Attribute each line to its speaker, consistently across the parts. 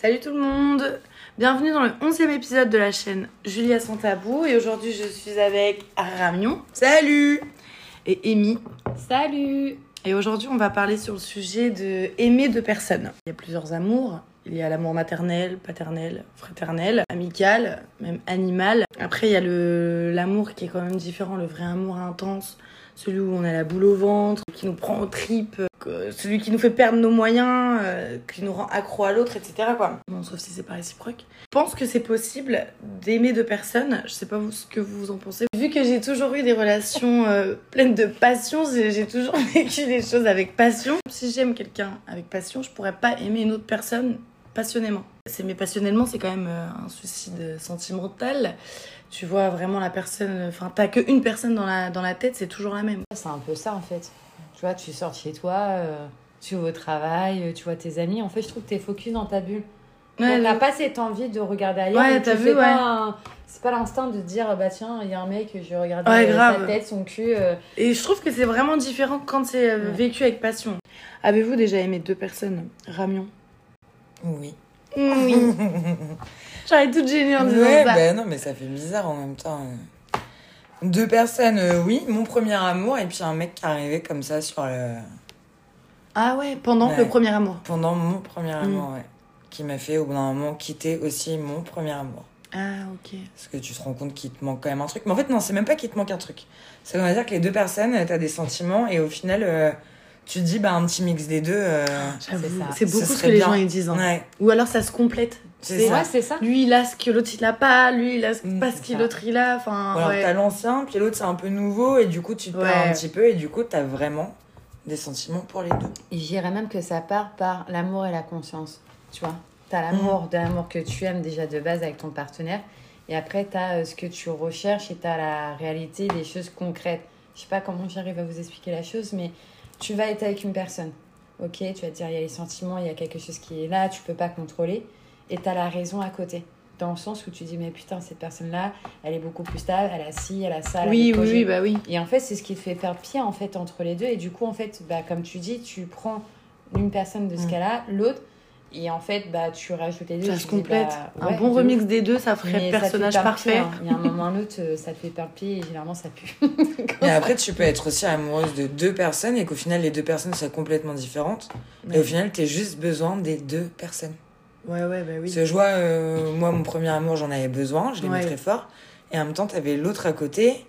Speaker 1: Salut tout le monde Bienvenue dans le 11e épisode de la chaîne Julia sans tabou et aujourd'hui je suis avec Ramion. Salut Et Amy.
Speaker 2: Salut
Speaker 1: Et aujourd'hui on va parler sur le sujet de aimer deux personnes. Il y a plusieurs amours. Il y a l'amour maternel, paternel, fraternel, amical, même animal. Après il y a le l'amour qui est quand même différent, le vrai amour intense, celui où on a la boule au ventre, qui nous prend aux tripes, que- celui qui nous fait perdre nos moyens, euh, qui nous rend accro à l'autre, etc. Quoi. Bon, sauf si c'est pas réciproque. Je pense que c'est possible d'aimer deux personnes. Je sais pas vous, ce que vous en pensez. Vu que j'ai toujours eu des relations euh, pleines de passion, j'ai j'ai toujours vécu les choses avec passion. Si j'aime quelqu'un avec passion, je pourrais pas aimer une autre personne passionnément. S'aimer passionnellement, c'est quand même euh, un suicide sentimental. Tu vois vraiment la personne, enfin, t'as qu'une personne dans la, dans la tête, c'est toujours la même.
Speaker 2: C'est un peu ça en fait. Tu vois, tu sors de chez toi, euh, tu vas au travail, euh, tu vois tes amis. En fait, je trouve que t'es focus dans ta bulle.
Speaker 1: Ouais,
Speaker 2: On n'a
Speaker 1: le-
Speaker 2: pas cette envie de regarder ailleurs.
Speaker 1: Ouais,
Speaker 2: et tu
Speaker 1: t'as
Speaker 2: fais
Speaker 1: vu,
Speaker 2: pas
Speaker 1: ouais.
Speaker 2: un- C'est pas l'instinct de te dire, bah tiens, il y a un mec, je vais regarder
Speaker 1: Ouais,
Speaker 2: euh,
Speaker 1: grave.
Speaker 2: sa tête, son cul. euh.
Speaker 1: Et je trouve que c'est vraiment différent quand c'est euh,
Speaker 2: Ouais.
Speaker 1: vécu avec passion. Avez-vous déjà aimé deux personnes Ramion
Speaker 3: Oui.
Speaker 1: Oui. J'arrive toute gênée en disant
Speaker 3: ouais,
Speaker 1: ça.
Speaker 3: bah non, mais ça fait bizarre en même temps. Deux personnes, euh, oui, mon premier amour, et puis un mec qui arrivait comme ça sur le...
Speaker 1: Ah ouais, pendant
Speaker 3: Ouais.
Speaker 1: le premier amour.
Speaker 3: pendant mon premier amour, ouais. Qui m'a fait au bout d'un moment quitter aussi mon premier amour.
Speaker 1: Ah ok.
Speaker 3: Parce que tu te rends compte qu'il te manque quand même un truc. Mais en fait, non, c'est même pas qu'il te manque un truc. Ça veut dire que les deux personnes, euh, t'as des sentiments, et au final, euh, tu te dis, bah, un petit mix des deux. euh,
Speaker 1: J'avoue,
Speaker 2: ça.
Speaker 1: c'est
Speaker 3: Ce
Speaker 1: beaucoup ce que
Speaker 3: serait
Speaker 1: les
Speaker 3: bien.
Speaker 1: gens ils disent. hein.
Speaker 3: Ouais,
Speaker 1: Ou alors ça se complète.
Speaker 3: c'est
Speaker 1: C'est-
Speaker 3: ça.
Speaker 2: Ouais, c'est ça.
Speaker 1: Lui il a ce que l'autre il n'a pas, lui il a ce-
Speaker 3: Mm,
Speaker 1: pas ce
Speaker 2: c'est
Speaker 1: que
Speaker 2: ça.
Speaker 1: l'autre il a. Enfin,
Speaker 3: Ou alors
Speaker 1: ouais.
Speaker 3: t'as l'ancien, puis l'autre c'est un peu nouveau, et du coup tu te perds
Speaker 1: Ouais.
Speaker 3: un petit peu, et du coup t'as vraiment des sentiments pour les deux.
Speaker 2: Et je dirais même que ça part par l'amour et la conscience. Tu vois, t'as
Speaker 1: Mm.
Speaker 2: l'amour de l'amour que tu aimes déjà de base avec ton partenaire. Et après, t'as euh, ce que tu recherches et t'as la réalité des choses concrètes. Je sais pas comment j'arrive à vous expliquer la chose, mais tu vas être avec une personne. Ok, tu vas te dire, il y a les sentiments, il y a quelque chose qui est là, tu peux pas contrôler. Et t'as la raison à côté. Dans le sens où tu dis, mais putain, cette personne-là, elle est beaucoup plus stable, elle a ci, elle a ça. elle a des
Speaker 1: oui, oui,
Speaker 2: projets.
Speaker 1: oui, bah oui.
Speaker 2: Et en fait, c'est ce qui te fait perdre pied en fait entre les deux. Et du coup, en fait, bah, comme tu dis, tu prends une personne de ce
Speaker 3: Mm.
Speaker 2: cas-là, l'autre, et en fait, bah, tu rajoutes les deux.
Speaker 1: Ça
Speaker 2: tu
Speaker 1: se
Speaker 2: dis,
Speaker 1: complète. un
Speaker 2: bah, ouais,
Speaker 1: bon
Speaker 2: de ouf.
Speaker 1: remix des deux, ça ferait
Speaker 2: Mais ça te
Speaker 1: personnage
Speaker 2: fait perdre pied,
Speaker 1: parfait.
Speaker 2: hein. Il y a un moment ou l'autre, euh, ça te fait perdre pied et généralement ça pue.
Speaker 3: Mais après, tu peux être aussi amoureuse de deux personnes, et qu'au final les deux personnes soient complètement différentes, et
Speaker 1: Ouais.
Speaker 3: au final t'aies juste besoin des deux personnes.
Speaker 1: Ouais, ouais, bah oui.
Speaker 3: Parce que je vois, euh, moi, mon premier amour, j'en avais besoin, je l'aimais
Speaker 1: Ouais.
Speaker 3: très fort, et en même temps, t'avais l'autre à côté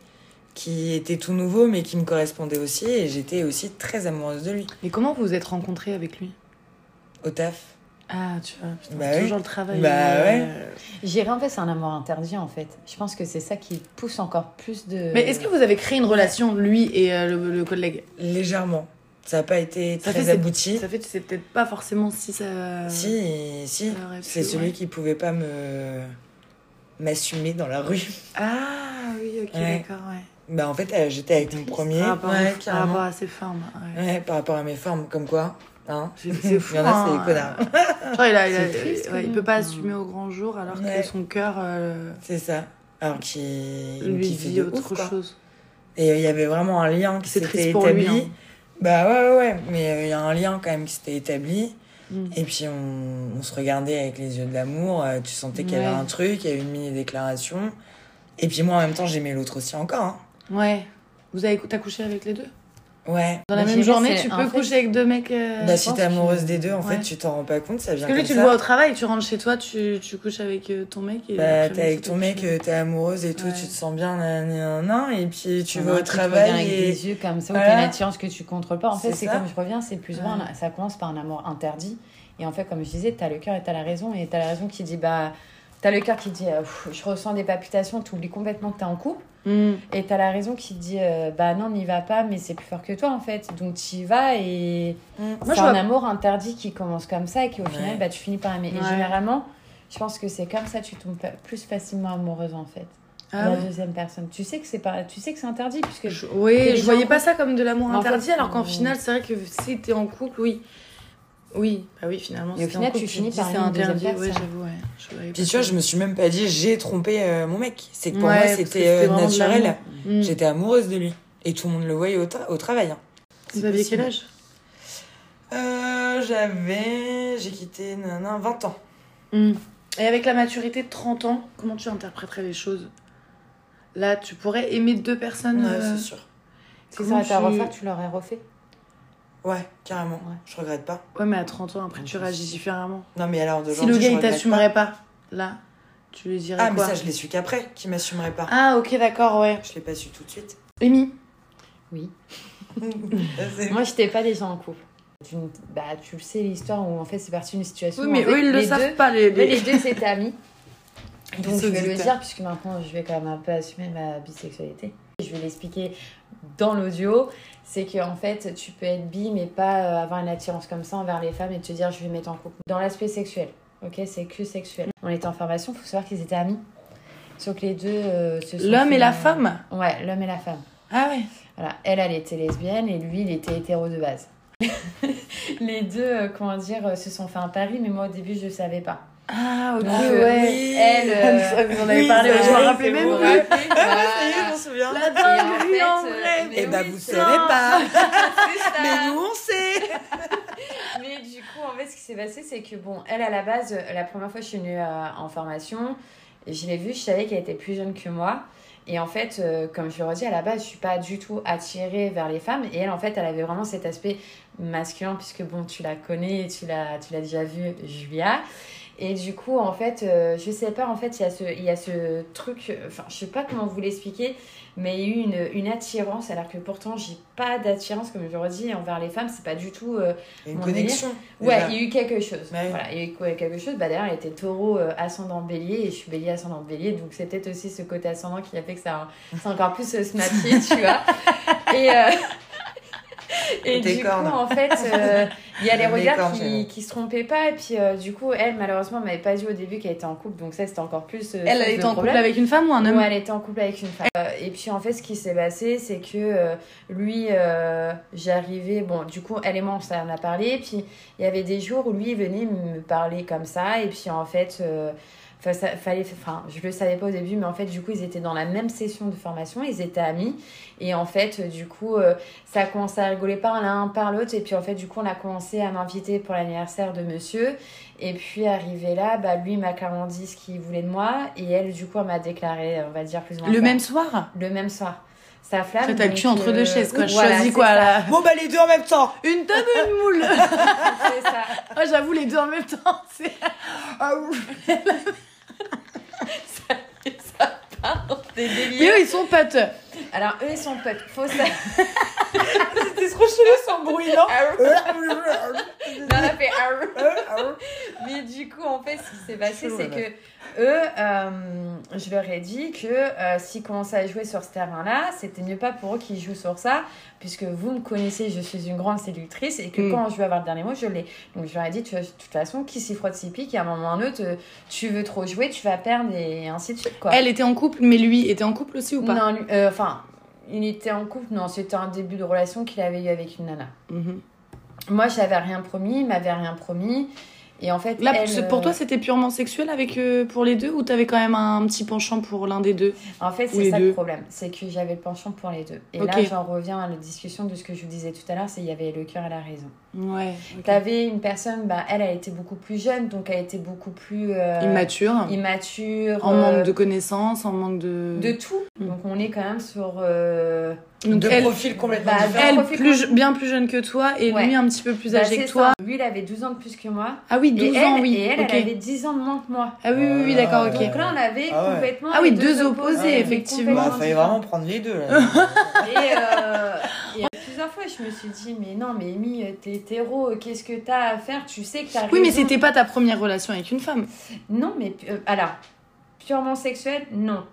Speaker 3: qui était tout nouveau, mais qui me correspondait aussi, et j'étais aussi très amoureuse de lui.
Speaker 1: Mais comment vous vous êtes rencontrés avec lui
Speaker 3: Au taf.
Speaker 1: Ah, tu vois, putain,
Speaker 3: Bah oui.
Speaker 1: toujours le travail. euh,
Speaker 3: Bah ouais.
Speaker 2: J'irai en fait, c'est un amour interdit en fait. Je pense que c'est ça qui pousse encore plus de.
Speaker 1: Mais est-ce que vous avez créé une relation, lui et euh, le, le collègue
Speaker 3: Légèrement. Ça n'a pas été
Speaker 1: Ça
Speaker 3: très
Speaker 1: fait- c'est-
Speaker 3: abouti.
Speaker 1: Ça fait, tu sais peut-être pas forcément si euh, ça.
Speaker 3: Si, si.
Speaker 1: ça aurait pu,
Speaker 3: C'est celui
Speaker 1: ouais.
Speaker 3: qui pouvait pas me m'assumer dans la rue.
Speaker 1: Ah oui, ok,
Speaker 3: Ouais.
Speaker 1: d'accord, ouais.
Speaker 3: Bah en fait, euh, j'étais avec mon premier.
Speaker 1: Par rapport,
Speaker 3: ouais,
Speaker 1: au- par
Speaker 3: carrément.
Speaker 1: rapport à ses formes. ouais.
Speaker 3: Ouais, par rapport à mes formes, comme quoi. Hein
Speaker 1: C'est c'est fou.
Speaker 3: Il y en a, c'est
Speaker 1: hein.
Speaker 3: des connards.
Speaker 1: Genre, il, a- il a-
Speaker 2: C'est triste, quand
Speaker 1: ouais, il
Speaker 2: même.
Speaker 1: peut pas assumer au grand jour alors
Speaker 3: Mm. Ouais.
Speaker 1: que son cœur euh,
Speaker 3: C'est ça. Alors qu'il il me
Speaker 1: lui
Speaker 3: kiffait
Speaker 1: dit
Speaker 3: de ouf,
Speaker 1: autre
Speaker 3: quoi.
Speaker 1: chose.
Speaker 3: Et euh, il y avait vraiment un lien qui
Speaker 1: C'est
Speaker 3: s'était
Speaker 1: triste pour
Speaker 3: établi.
Speaker 1: lui. hein.
Speaker 3: Bah ouais, ouais, ouais. Mais euh, il y a un lien quand même qui s'était établi.
Speaker 1: Mm.
Speaker 3: Et puis on, on se regardait avec les yeux de l'amour. euh, Tu sentais qu'il y avait
Speaker 1: Ouais.
Speaker 3: un truc, il y avait une mini déclaration. Et puis moi en même temps, j'aimais l'autre aussi encore. hein.
Speaker 1: Ouais. Vous avez, t'as couché avec les deux
Speaker 3: Ouais.
Speaker 1: Dans la
Speaker 2: Bah,
Speaker 1: même
Speaker 2: j'ai vu,
Speaker 1: journée,
Speaker 2: c'est
Speaker 1: tu
Speaker 2: un
Speaker 1: peux
Speaker 2: fait.
Speaker 1: coucher avec deux mecs. euh,
Speaker 3: Bah
Speaker 1: je
Speaker 3: si
Speaker 1: pense.
Speaker 3: t'es amoureuse des deux, en
Speaker 1: Ouais.
Speaker 3: fait, tu t'en rends pas compte, ça vient
Speaker 1: Parce que lui,
Speaker 3: comme
Speaker 1: tu
Speaker 3: ça.
Speaker 1: le vois au travail, tu rentres chez toi, tu, tu couches avec euh, ton mec. Et
Speaker 3: Bah,
Speaker 1: après,
Speaker 3: t'es
Speaker 1: tu
Speaker 3: avec
Speaker 1: te
Speaker 3: ton mec,
Speaker 1: couches.
Speaker 3: euh, t'es amoureuse et tout,
Speaker 1: Ouais.
Speaker 3: tu te sens bien, nan, nan, nan, et puis tu
Speaker 2: On a
Speaker 3: vas
Speaker 2: un
Speaker 3: au
Speaker 2: truc qui revient
Speaker 3: travail
Speaker 2: Avec
Speaker 3: et...
Speaker 2: des yeux comme ça,
Speaker 3: Voilà.
Speaker 2: où t'as l'attirance que tu contrôles pas. En fait,
Speaker 3: C'est
Speaker 2: c'est
Speaker 3: ça.
Speaker 2: comme je reviens, c'est plus ou moins,
Speaker 1: Ouais.
Speaker 2: ça commence par un amour interdit. Et en fait, comme je disais, t'as le cœur et t'as la raison. Et t'as la raison qui dit, bah, t'as le cœur qui dit, euh, Pff, je ressens des palpitations, t'oublies complètement que t'es en couple.
Speaker 3: euh,
Speaker 1: Mm.
Speaker 2: Et t'as la raison qui dit, euh, bah non, n'y va pas, mais c'est plus fort que toi en fait. Donc t'y vas et
Speaker 3: Mm.
Speaker 1: Moi,
Speaker 2: c'est
Speaker 1: je
Speaker 2: un
Speaker 1: vois-
Speaker 2: amour interdit qui commence comme ça et qui au
Speaker 3: Ouais.
Speaker 2: final, bah tu finis par aimer.
Speaker 1: Ouais.
Speaker 2: Et généralement, je pense que c'est comme ça que tu tombes pa- plus facilement amoureuse en fait.
Speaker 1: Ah
Speaker 2: la
Speaker 1: ouais.
Speaker 2: deuxième personne. Tu sais que c'est pas, tu sais que c'est interdit puisque
Speaker 1: Je- Oui,
Speaker 2: les
Speaker 1: je voyais
Speaker 2: gens-
Speaker 1: pas ça comme de l'amour
Speaker 2: Mais en fait,
Speaker 1: interdit, alors qu'en
Speaker 2: euh,
Speaker 1: final, c'est vrai que si t'es en couple, oui. Oui, bah oui, finalement. si t'es
Speaker 2: Et au
Speaker 1: en
Speaker 2: final,
Speaker 1: couple,
Speaker 2: tu
Speaker 1: te
Speaker 2: finis
Speaker 1: dis,
Speaker 2: par
Speaker 1: c'est
Speaker 2: aimer une deuxième
Speaker 1: interdit. Ouais,
Speaker 2: personne.
Speaker 1: j'avoue, ouais. Je voyais
Speaker 3: Puis
Speaker 1: pas
Speaker 3: tu vois,
Speaker 1: ça.
Speaker 3: je me suis même pas dit, j'ai trompé euh, mon mec. C'est que pour
Speaker 1: Ouais,
Speaker 3: moi,
Speaker 1: parce que
Speaker 3: c'était
Speaker 1: c'était
Speaker 3: euh,
Speaker 1: vraiment de
Speaker 3: naturel.
Speaker 1: l'amour. Mm.
Speaker 3: J'étais amoureuse de lui. Et tout le monde le voyait au, tra- au travail. hein.
Speaker 1: Vous aviez quel âge
Speaker 3: Euh, j'avais... J'ai quitté, nan, nan, 20 ans.
Speaker 2: Mm.
Speaker 1: Et avec la maturité de 30 ans, comment tu interpréterais les choses Là, tu pourrais aimer deux personnes.
Speaker 3: Ouais,
Speaker 1: euh,
Speaker 3: c'est sûr.
Speaker 2: Si ça
Speaker 1: comment
Speaker 2: aurait été à
Speaker 1: tu-
Speaker 2: refaire, tu l'aurais refait.
Speaker 3: Ouais, carrément.
Speaker 2: Ouais.
Speaker 3: Je regrette pas.
Speaker 1: Ouais, mais à 30 ans, après, tu réagis différemment.
Speaker 3: Non, mais alors de
Speaker 1: Si le gars, il
Speaker 3: t'assumerait
Speaker 1: t'assumerait pas, là, tu lui dirais
Speaker 3: Ah, mais
Speaker 1: quoi
Speaker 3: ça, je l'ai su qu'après, qu'il m'assumerait pas.
Speaker 1: Ah, ok, d'accord, ouais.
Speaker 3: Je l'ai pas su tout de suite.
Speaker 1: Amy
Speaker 2: Oui.
Speaker 1: Ah.
Speaker 3: C'est-
Speaker 2: Moi, j'étais pas déjà en couple. Tu, ne- bah, tu le sais, l'histoire où en fait c'est parti d'une situation.
Speaker 1: Oui,
Speaker 2: où,
Speaker 1: mais
Speaker 2: en fait,
Speaker 1: eux, ils le
Speaker 2: les
Speaker 1: savent
Speaker 2: deux-
Speaker 1: pas, les.
Speaker 2: mais
Speaker 1: les-
Speaker 2: les deux s'étaient amis. Donc je vais le
Speaker 1: auditeurs.
Speaker 2: dire, puisque maintenant je vais quand même un peu assumer ma bisexualité. Je vais l'expliquer dans l'audio. C'est que en fait, tu peux être bi, mais pas euh, avoir une attirance comme ça envers les femmes et te dire je vais mettre en couple. Dans l'aspect sexuel, ok, c'est que sexuel. On était en formation, faut savoir qu'ils étaient amis. Sauf que les deux euh, se sont
Speaker 1: L'homme
Speaker 2: fait,
Speaker 1: et la
Speaker 2: euh,
Speaker 1: femme
Speaker 2: Ouais, l'homme et la femme.
Speaker 1: Ah, ouais.
Speaker 2: Voilà, elle, elle était lesbienne et lui, il était hétéro de base. les deux, euh, comment dire, euh, se sont fait un pari, mais moi au début, je savais pas.
Speaker 1: Ah, ok,
Speaker 2: Donc, euh,
Speaker 1: ouais.
Speaker 3: oui.
Speaker 2: elle, euh,
Speaker 1: Ça, Vous en
Speaker 3: oui,
Speaker 1: avez parlé,
Speaker 3: c'est
Speaker 1: je m'en
Speaker 3: vrai,
Speaker 1: rappelais
Speaker 3: c'est
Speaker 1: même
Speaker 3: vrai.
Speaker 1: plus.
Speaker 3: Ah, ça y est, je m'en souviens.
Speaker 1: La
Speaker 2: Et en
Speaker 1: dinguerie
Speaker 2: fait,
Speaker 1: en
Speaker 2: euh,
Speaker 1: vrai.
Speaker 2: mais
Speaker 3: Eh bah,
Speaker 2: oui,
Speaker 3: vous
Speaker 2: c'est
Speaker 3: savez
Speaker 2: ça.
Speaker 3: pas.
Speaker 2: C'est ça.
Speaker 3: Mais nous, on sait.
Speaker 2: Mais du coup, en fait, ce qui s'est passé, c'est que, bon, elle, à la base, euh, la première fois que je suis venue euh, en formation, je l'ai vue, je savais qu'elle était plus jeune que moi. Et en fait, euh, comme je le redis, à la base, je suis pas du tout attirée vers les femmes. Et elle, en fait, elle avait vraiment cet aspect masculin, puisque, bon, tu la connais, tu l'as tu l'as déjà vue, Julia. Et du coup, en fait, euh, je sais pas, en fait, il y, a ce- il y a ce truc, euh, enfin, je sais pas comment vous l'expliquer, mais il y a eu une, une attirance, alors que pourtant, j'ai pas d'attirance, comme je le redis, envers les femmes. C'est pas du tout. euh,
Speaker 3: Il y a Une
Speaker 2: Mon
Speaker 3: connexion.
Speaker 2: Ouais,
Speaker 3: déjà.
Speaker 2: il y a eu quelque chose.
Speaker 3: Ouais.
Speaker 2: Voilà, il y a eu quoi- quelque chose. Bah, d'ailleurs, elle était taureau euh, ascendant bélier et je suis bélier ascendant bélier. Donc, c'est peut-être aussi ce côté ascendant qui a fait que ça c'est encore plus euh, snappy, tu vois. Et, euh, et
Speaker 3: Tes
Speaker 2: du
Speaker 3: cornes.
Speaker 2: coup, en fait, euh, il y a les
Speaker 3: Mes
Speaker 2: regards
Speaker 3: cornes, c'est
Speaker 2: qui, qui se trompaient pas. Et puis, euh, du coup, elle, malheureusement, m'avait pas dit au début qu'elle était en couple. Donc, ça, c'était encore plus. euh,
Speaker 1: Elle,
Speaker 2: source
Speaker 1: elle
Speaker 2: de
Speaker 1: était en couple
Speaker 2: problème.
Speaker 1: avec une femme ou un homme
Speaker 2: Ouais, elle était en couple avec une femme. Euh, et puis en fait, ce qui s'est passé, c'est que euh, lui, euh, j'arrivais. Bon, du coup, elle et moi, on s'en a parlé. Puis il y avait des jours où lui il venait me parler comme ça. Et puis en fait, euh, fa- ça, fallait, enfin, je le savais pas au début, mais en fait, du coup, ils étaient dans la même session de formation, ils étaient amis. Et en fait, euh, du coup, euh, ça a commencé à rigoler par l'un, par l'autre. Et puis en fait, du coup, on a commencé à m'inviter pour l'anniversaire de monsieur. Et puis arrivé là, bah, lui m'a clairement dit ce qu'il voulait de moi et elle du coup elle m'a déclaré, euh, on va dire plus ou moins
Speaker 1: Le
Speaker 2: ça.
Speaker 1: même soir
Speaker 2: le même soir. Ça flamme.
Speaker 1: Après, t'as le
Speaker 2: donc,
Speaker 1: cul entre
Speaker 2: euh,
Speaker 1: deux chaises, quoi. Je
Speaker 2: voilà,
Speaker 1: choisis
Speaker 2: c'est
Speaker 1: quoi,
Speaker 2: ça,
Speaker 1: là
Speaker 3: Bon, bah, les deux en même temps.
Speaker 1: Une tonne ou une moule
Speaker 2: c'est ça.
Speaker 1: Ah, J'avoue, les deux en même temps, c'est. Ah, ouf. Ah, oh,
Speaker 2: Des
Speaker 1: Mais
Speaker 2: délires.
Speaker 1: eux, ils sont potes.
Speaker 2: Alors eux ils sont potes. Faut ça.
Speaker 3: C'était trop chelou, sans bruit, non
Speaker 2: Non, elle a fait arr. Mais du coup, en fait, ce qui s'est passé,
Speaker 3: Chelou,
Speaker 2: c'est
Speaker 3: la
Speaker 2: que eux, euh, je leur ai dit que euh, s'ils commençaient à jouer sur ce terrain-là, c'était mieux pas pour eux qu'ils jouent sur ça, puisque vous me connaissez, je suis une grande séductrice et que
Speaker 1: Mm.
Speaker 2: quand je veux avoir le dernier mot, je l'ai. Donc je leur ai dit, tu vois, de toute façon, qui s'y frotte s'y pique, et à un moment ou à un autre, euh, tu veux trop jouer, tu vas perdre et ainsi de suite, quoi.
Speaker 1: Elle était en couple, mais lui était en couple aussi ou pas
Speaker 2: Non, lui- euh, enfin, il était en couple, non, c'était un début de relation qu'il avait eu avec une nana.
Speaker 1: Mhm.
Speaker 2: Moi, j'avais rien promis, il m'avait rien promis. Et en fait,
Speaker 1: Là,
Speaker 2: elle,
Speaker 1: c'est- pour
Speaker 2: euh,
Speaker 1: toi, c'était purement sexuel avec euh, pour les deux ou t'avais quand même un petit penchant pour l'un des deux
Speaker 2: En fait,
Speaker 1: Ou les
Speaker 2: c'est ça
Speaker 1: deux.
Speaker 2: le problème, c'est que j'avais le penchant pour les deux. Et
Speaker 1: Ok.
Speaker 2: là, j'en reviens à la discussion de ce que je vous disais tout à l'heure, c'est il y avait le cœur et la raison.
Speaker 1: Ouais. ok.
Speaker 2: T'avais une personne, bah, elle, elle était beaucoup plus jeune, donc elle était beaucoup plus euh,
Speaker 1: Immature,
Speaker 2: immature,
Speaker 1: en
Speaker 2: euh,
Speaker 1: manque de connaissances, en manque de.
Speaker 2: de tout.
Speaker 1: Mm.
Speaker 2: Donc on est quand même sur. euh,
Speaker 1: Donc,
Speaker 3: Deux
Speaker 1: elle,
Speaker 3: profils complètement
Speaker 2: Bah,
Speaker 3: différents.
Speaker 1: elle
Speaker 2: Un profil
Speaker 1: plus
Speaker 2: comme-
Speaker 1: je- bien plus jeune que toi et lui
Speaker 2: Ouais.
Speaker 1: un petit peu plus
Speaker 2: bah,
Speaker 1: âgé
Speaker 2: c'est
Speaker 1: que toi.
Speaker 2: ça. Lui, il avait 12 ans de plus que moi.
Speaker 1: Ah oui, 12
Speaker 2: et elle,
Speaker 1: ans, oui.
Speaker 2: Et elle,
Speaker 1: ok.
Speaker 2: elle avait 10 ans de moins que moi.
Speaker 1: Ah oui, oui, oui,
Speaker 3: Euh,
Speaker 1: d'accord,
Speaker 3: Ok.
Speaker 1: ok.
Speaker 2: Donc là, on avait
Speaker 3: Ah ouais.
Speaker 2: complètement.
Speaker 1: Ah oui,
Speaker 2: les
Speaker 1: deux opposés,
Speaker 2: mais
Speaker 1: effectivement.
Speaker 2: complètement
Speaker 3: Bah, fallait
Speaker 2: différents.
Speaker 3: vraiment prendre les deux, là.
Speaker 2: Et, euh, et plusieurs fois, je me suis dit, mais non, mais Amy, t'es hétéro, qu'est-ce que t'as à faire Tu sais que t'as
Speaker 1: Oui, mais
Speaker 2: raison.
Speaker 1: c'était pas ta première relation avec une femme.
Speaker 2: Non, mais euh, alors, purement sexuel, non.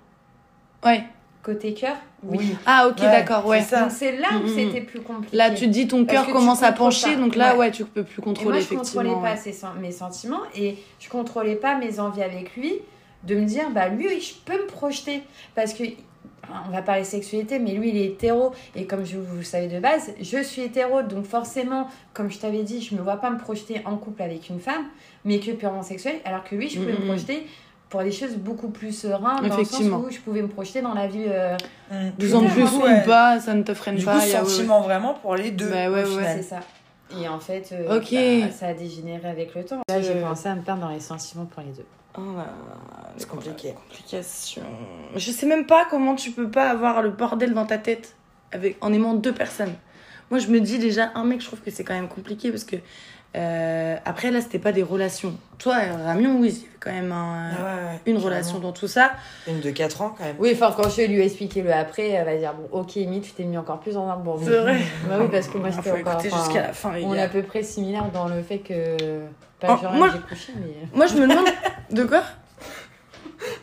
Speaker 1: Ouais.
Speaker 2: Côté cœur, oui.
Speaker 3: Oui.
Speaker 1: Ah, ok,
Speaker 3: Ouais,
Speaker 1: d'accord, ouais.
Speaker 3: c'est ça.
Speaker 2: Donc c'est là où
Speaker 1: Mm, mm,
Speaker 2: c'était plus compliqué.
Speaker 1: Là, tu te dis ton
Speaker 2: Parce
Speaker 1: cœur
Speaker 2: que tu
Speaker 1: commence à
Speaker 2: contrôles
Speaker 1: pencher,
Speaker 2: pas.
Speaker 1: donc là, ouais.
Speaker 2: Ouais.
Speaker 1: tu peux plus
Speaker 2: Et
Speaker 1: contrôler,
Speaker 2: moi, je
Speaker 1: effectivement.
Speaker 2: contrôlais pas
Speaker 1: ouais.
Speaker 2: ses sen- mes sentiments et je contrôlais pas mes envies avec lui, de me dire, bah lui, je peux me projeter. Parce que, on va parler sexualité, mais lui, il est hétéro. Et comme je vous le savez de base, je suis hétéro. Donc forcément, comme je t'avais dit, je me vois pas me projeter en couple avec une femme, mais que purement sexuelle, alors que lui, je pouvais
Speaker 1: Mhm.
Speaker 2: me projeter pour des choses beaucoup plus sereines, dans le sens
Speaker 1: Effectivement.
Speaker 2: où je pouvais me projeter dans la vie. euh,
Speaker 3: Mm.
Speaker 1: 12 ans de
Speaker 2: Putain,
Speaker 1: plus
Speaker 3: ouais.
Speaker 1: ou pas, ça ne te freine
Speaker 3: Du
Speaker 1: pas.
Speaker 3: coup,
Speaker 1: il y a- ouais, ouais.
Speaker 3: sentiment vraiment pour les deux.
Speaker 1: Bah ouais,
Speaker 3: au
Speaker 1: ouais.
Speaker 3: final.
Speaker 2: C'est ça. Et en fait, euh,
Speaker 1: Ok.
Speaker 2: bah, ça a dégénéré avec le temps.
Speaker 1: Là,
Speaker 2: Là,
Speaker 1: j'ai
Speaker 2: j'ai
Speaker 1: commencé
Speaker 2: commencé à me perdre dans les sentiments pour les deux.
Speaker 1: Oh là là,
Speaker 3: Ah, bah, C'est
Speaker 1: les
Speaker 3: compliqué.
Speaker 1: complications. Je sais même pas comment tu peux pas avoir le bordel dans ta tête avec, en aimant deux personnes. Moi, je me dis déjà, un mec, je trouve que c'est quand même compliqué parce que. euh, après, là, c'était pas des relations. Toi, Ramion, oui, il y avait quand même un-
Speaker 3: Ah ouais, ouais,
Speaker 1: une
Speaker 3: carrément.
Speaker 1: relation dans tout ça.
Speaker 3: Une de 4 ans quand même.
Speaker 2: Oui, enfin, quand je lui ai expliqué le après, elle va dire Bon, ok, Amy, tu t'es mis encore plus en arbre.
Speaker 1: C'est vrai.
Speaker 2: Bah oui, parce que moi,
Speaker 1: Il
Speaker 2: j'étais
Speaker 1: faut
Speaker 2: encore.
Speaker 1: écouter
Speaker 2: enfin,
Speaker 1: jusqu'à la fin. les
Speaker 2: On est
Speaker 1: gars.
Speaker 2: à peu près similaires dans le fait que.
Speaker 1: Ah,
Speaker 2: Pas le genre
Speaker 1: moi-
Speaker 2: à j'ai couché, mais.
Speaker 1: Moi, je me demande. De quoi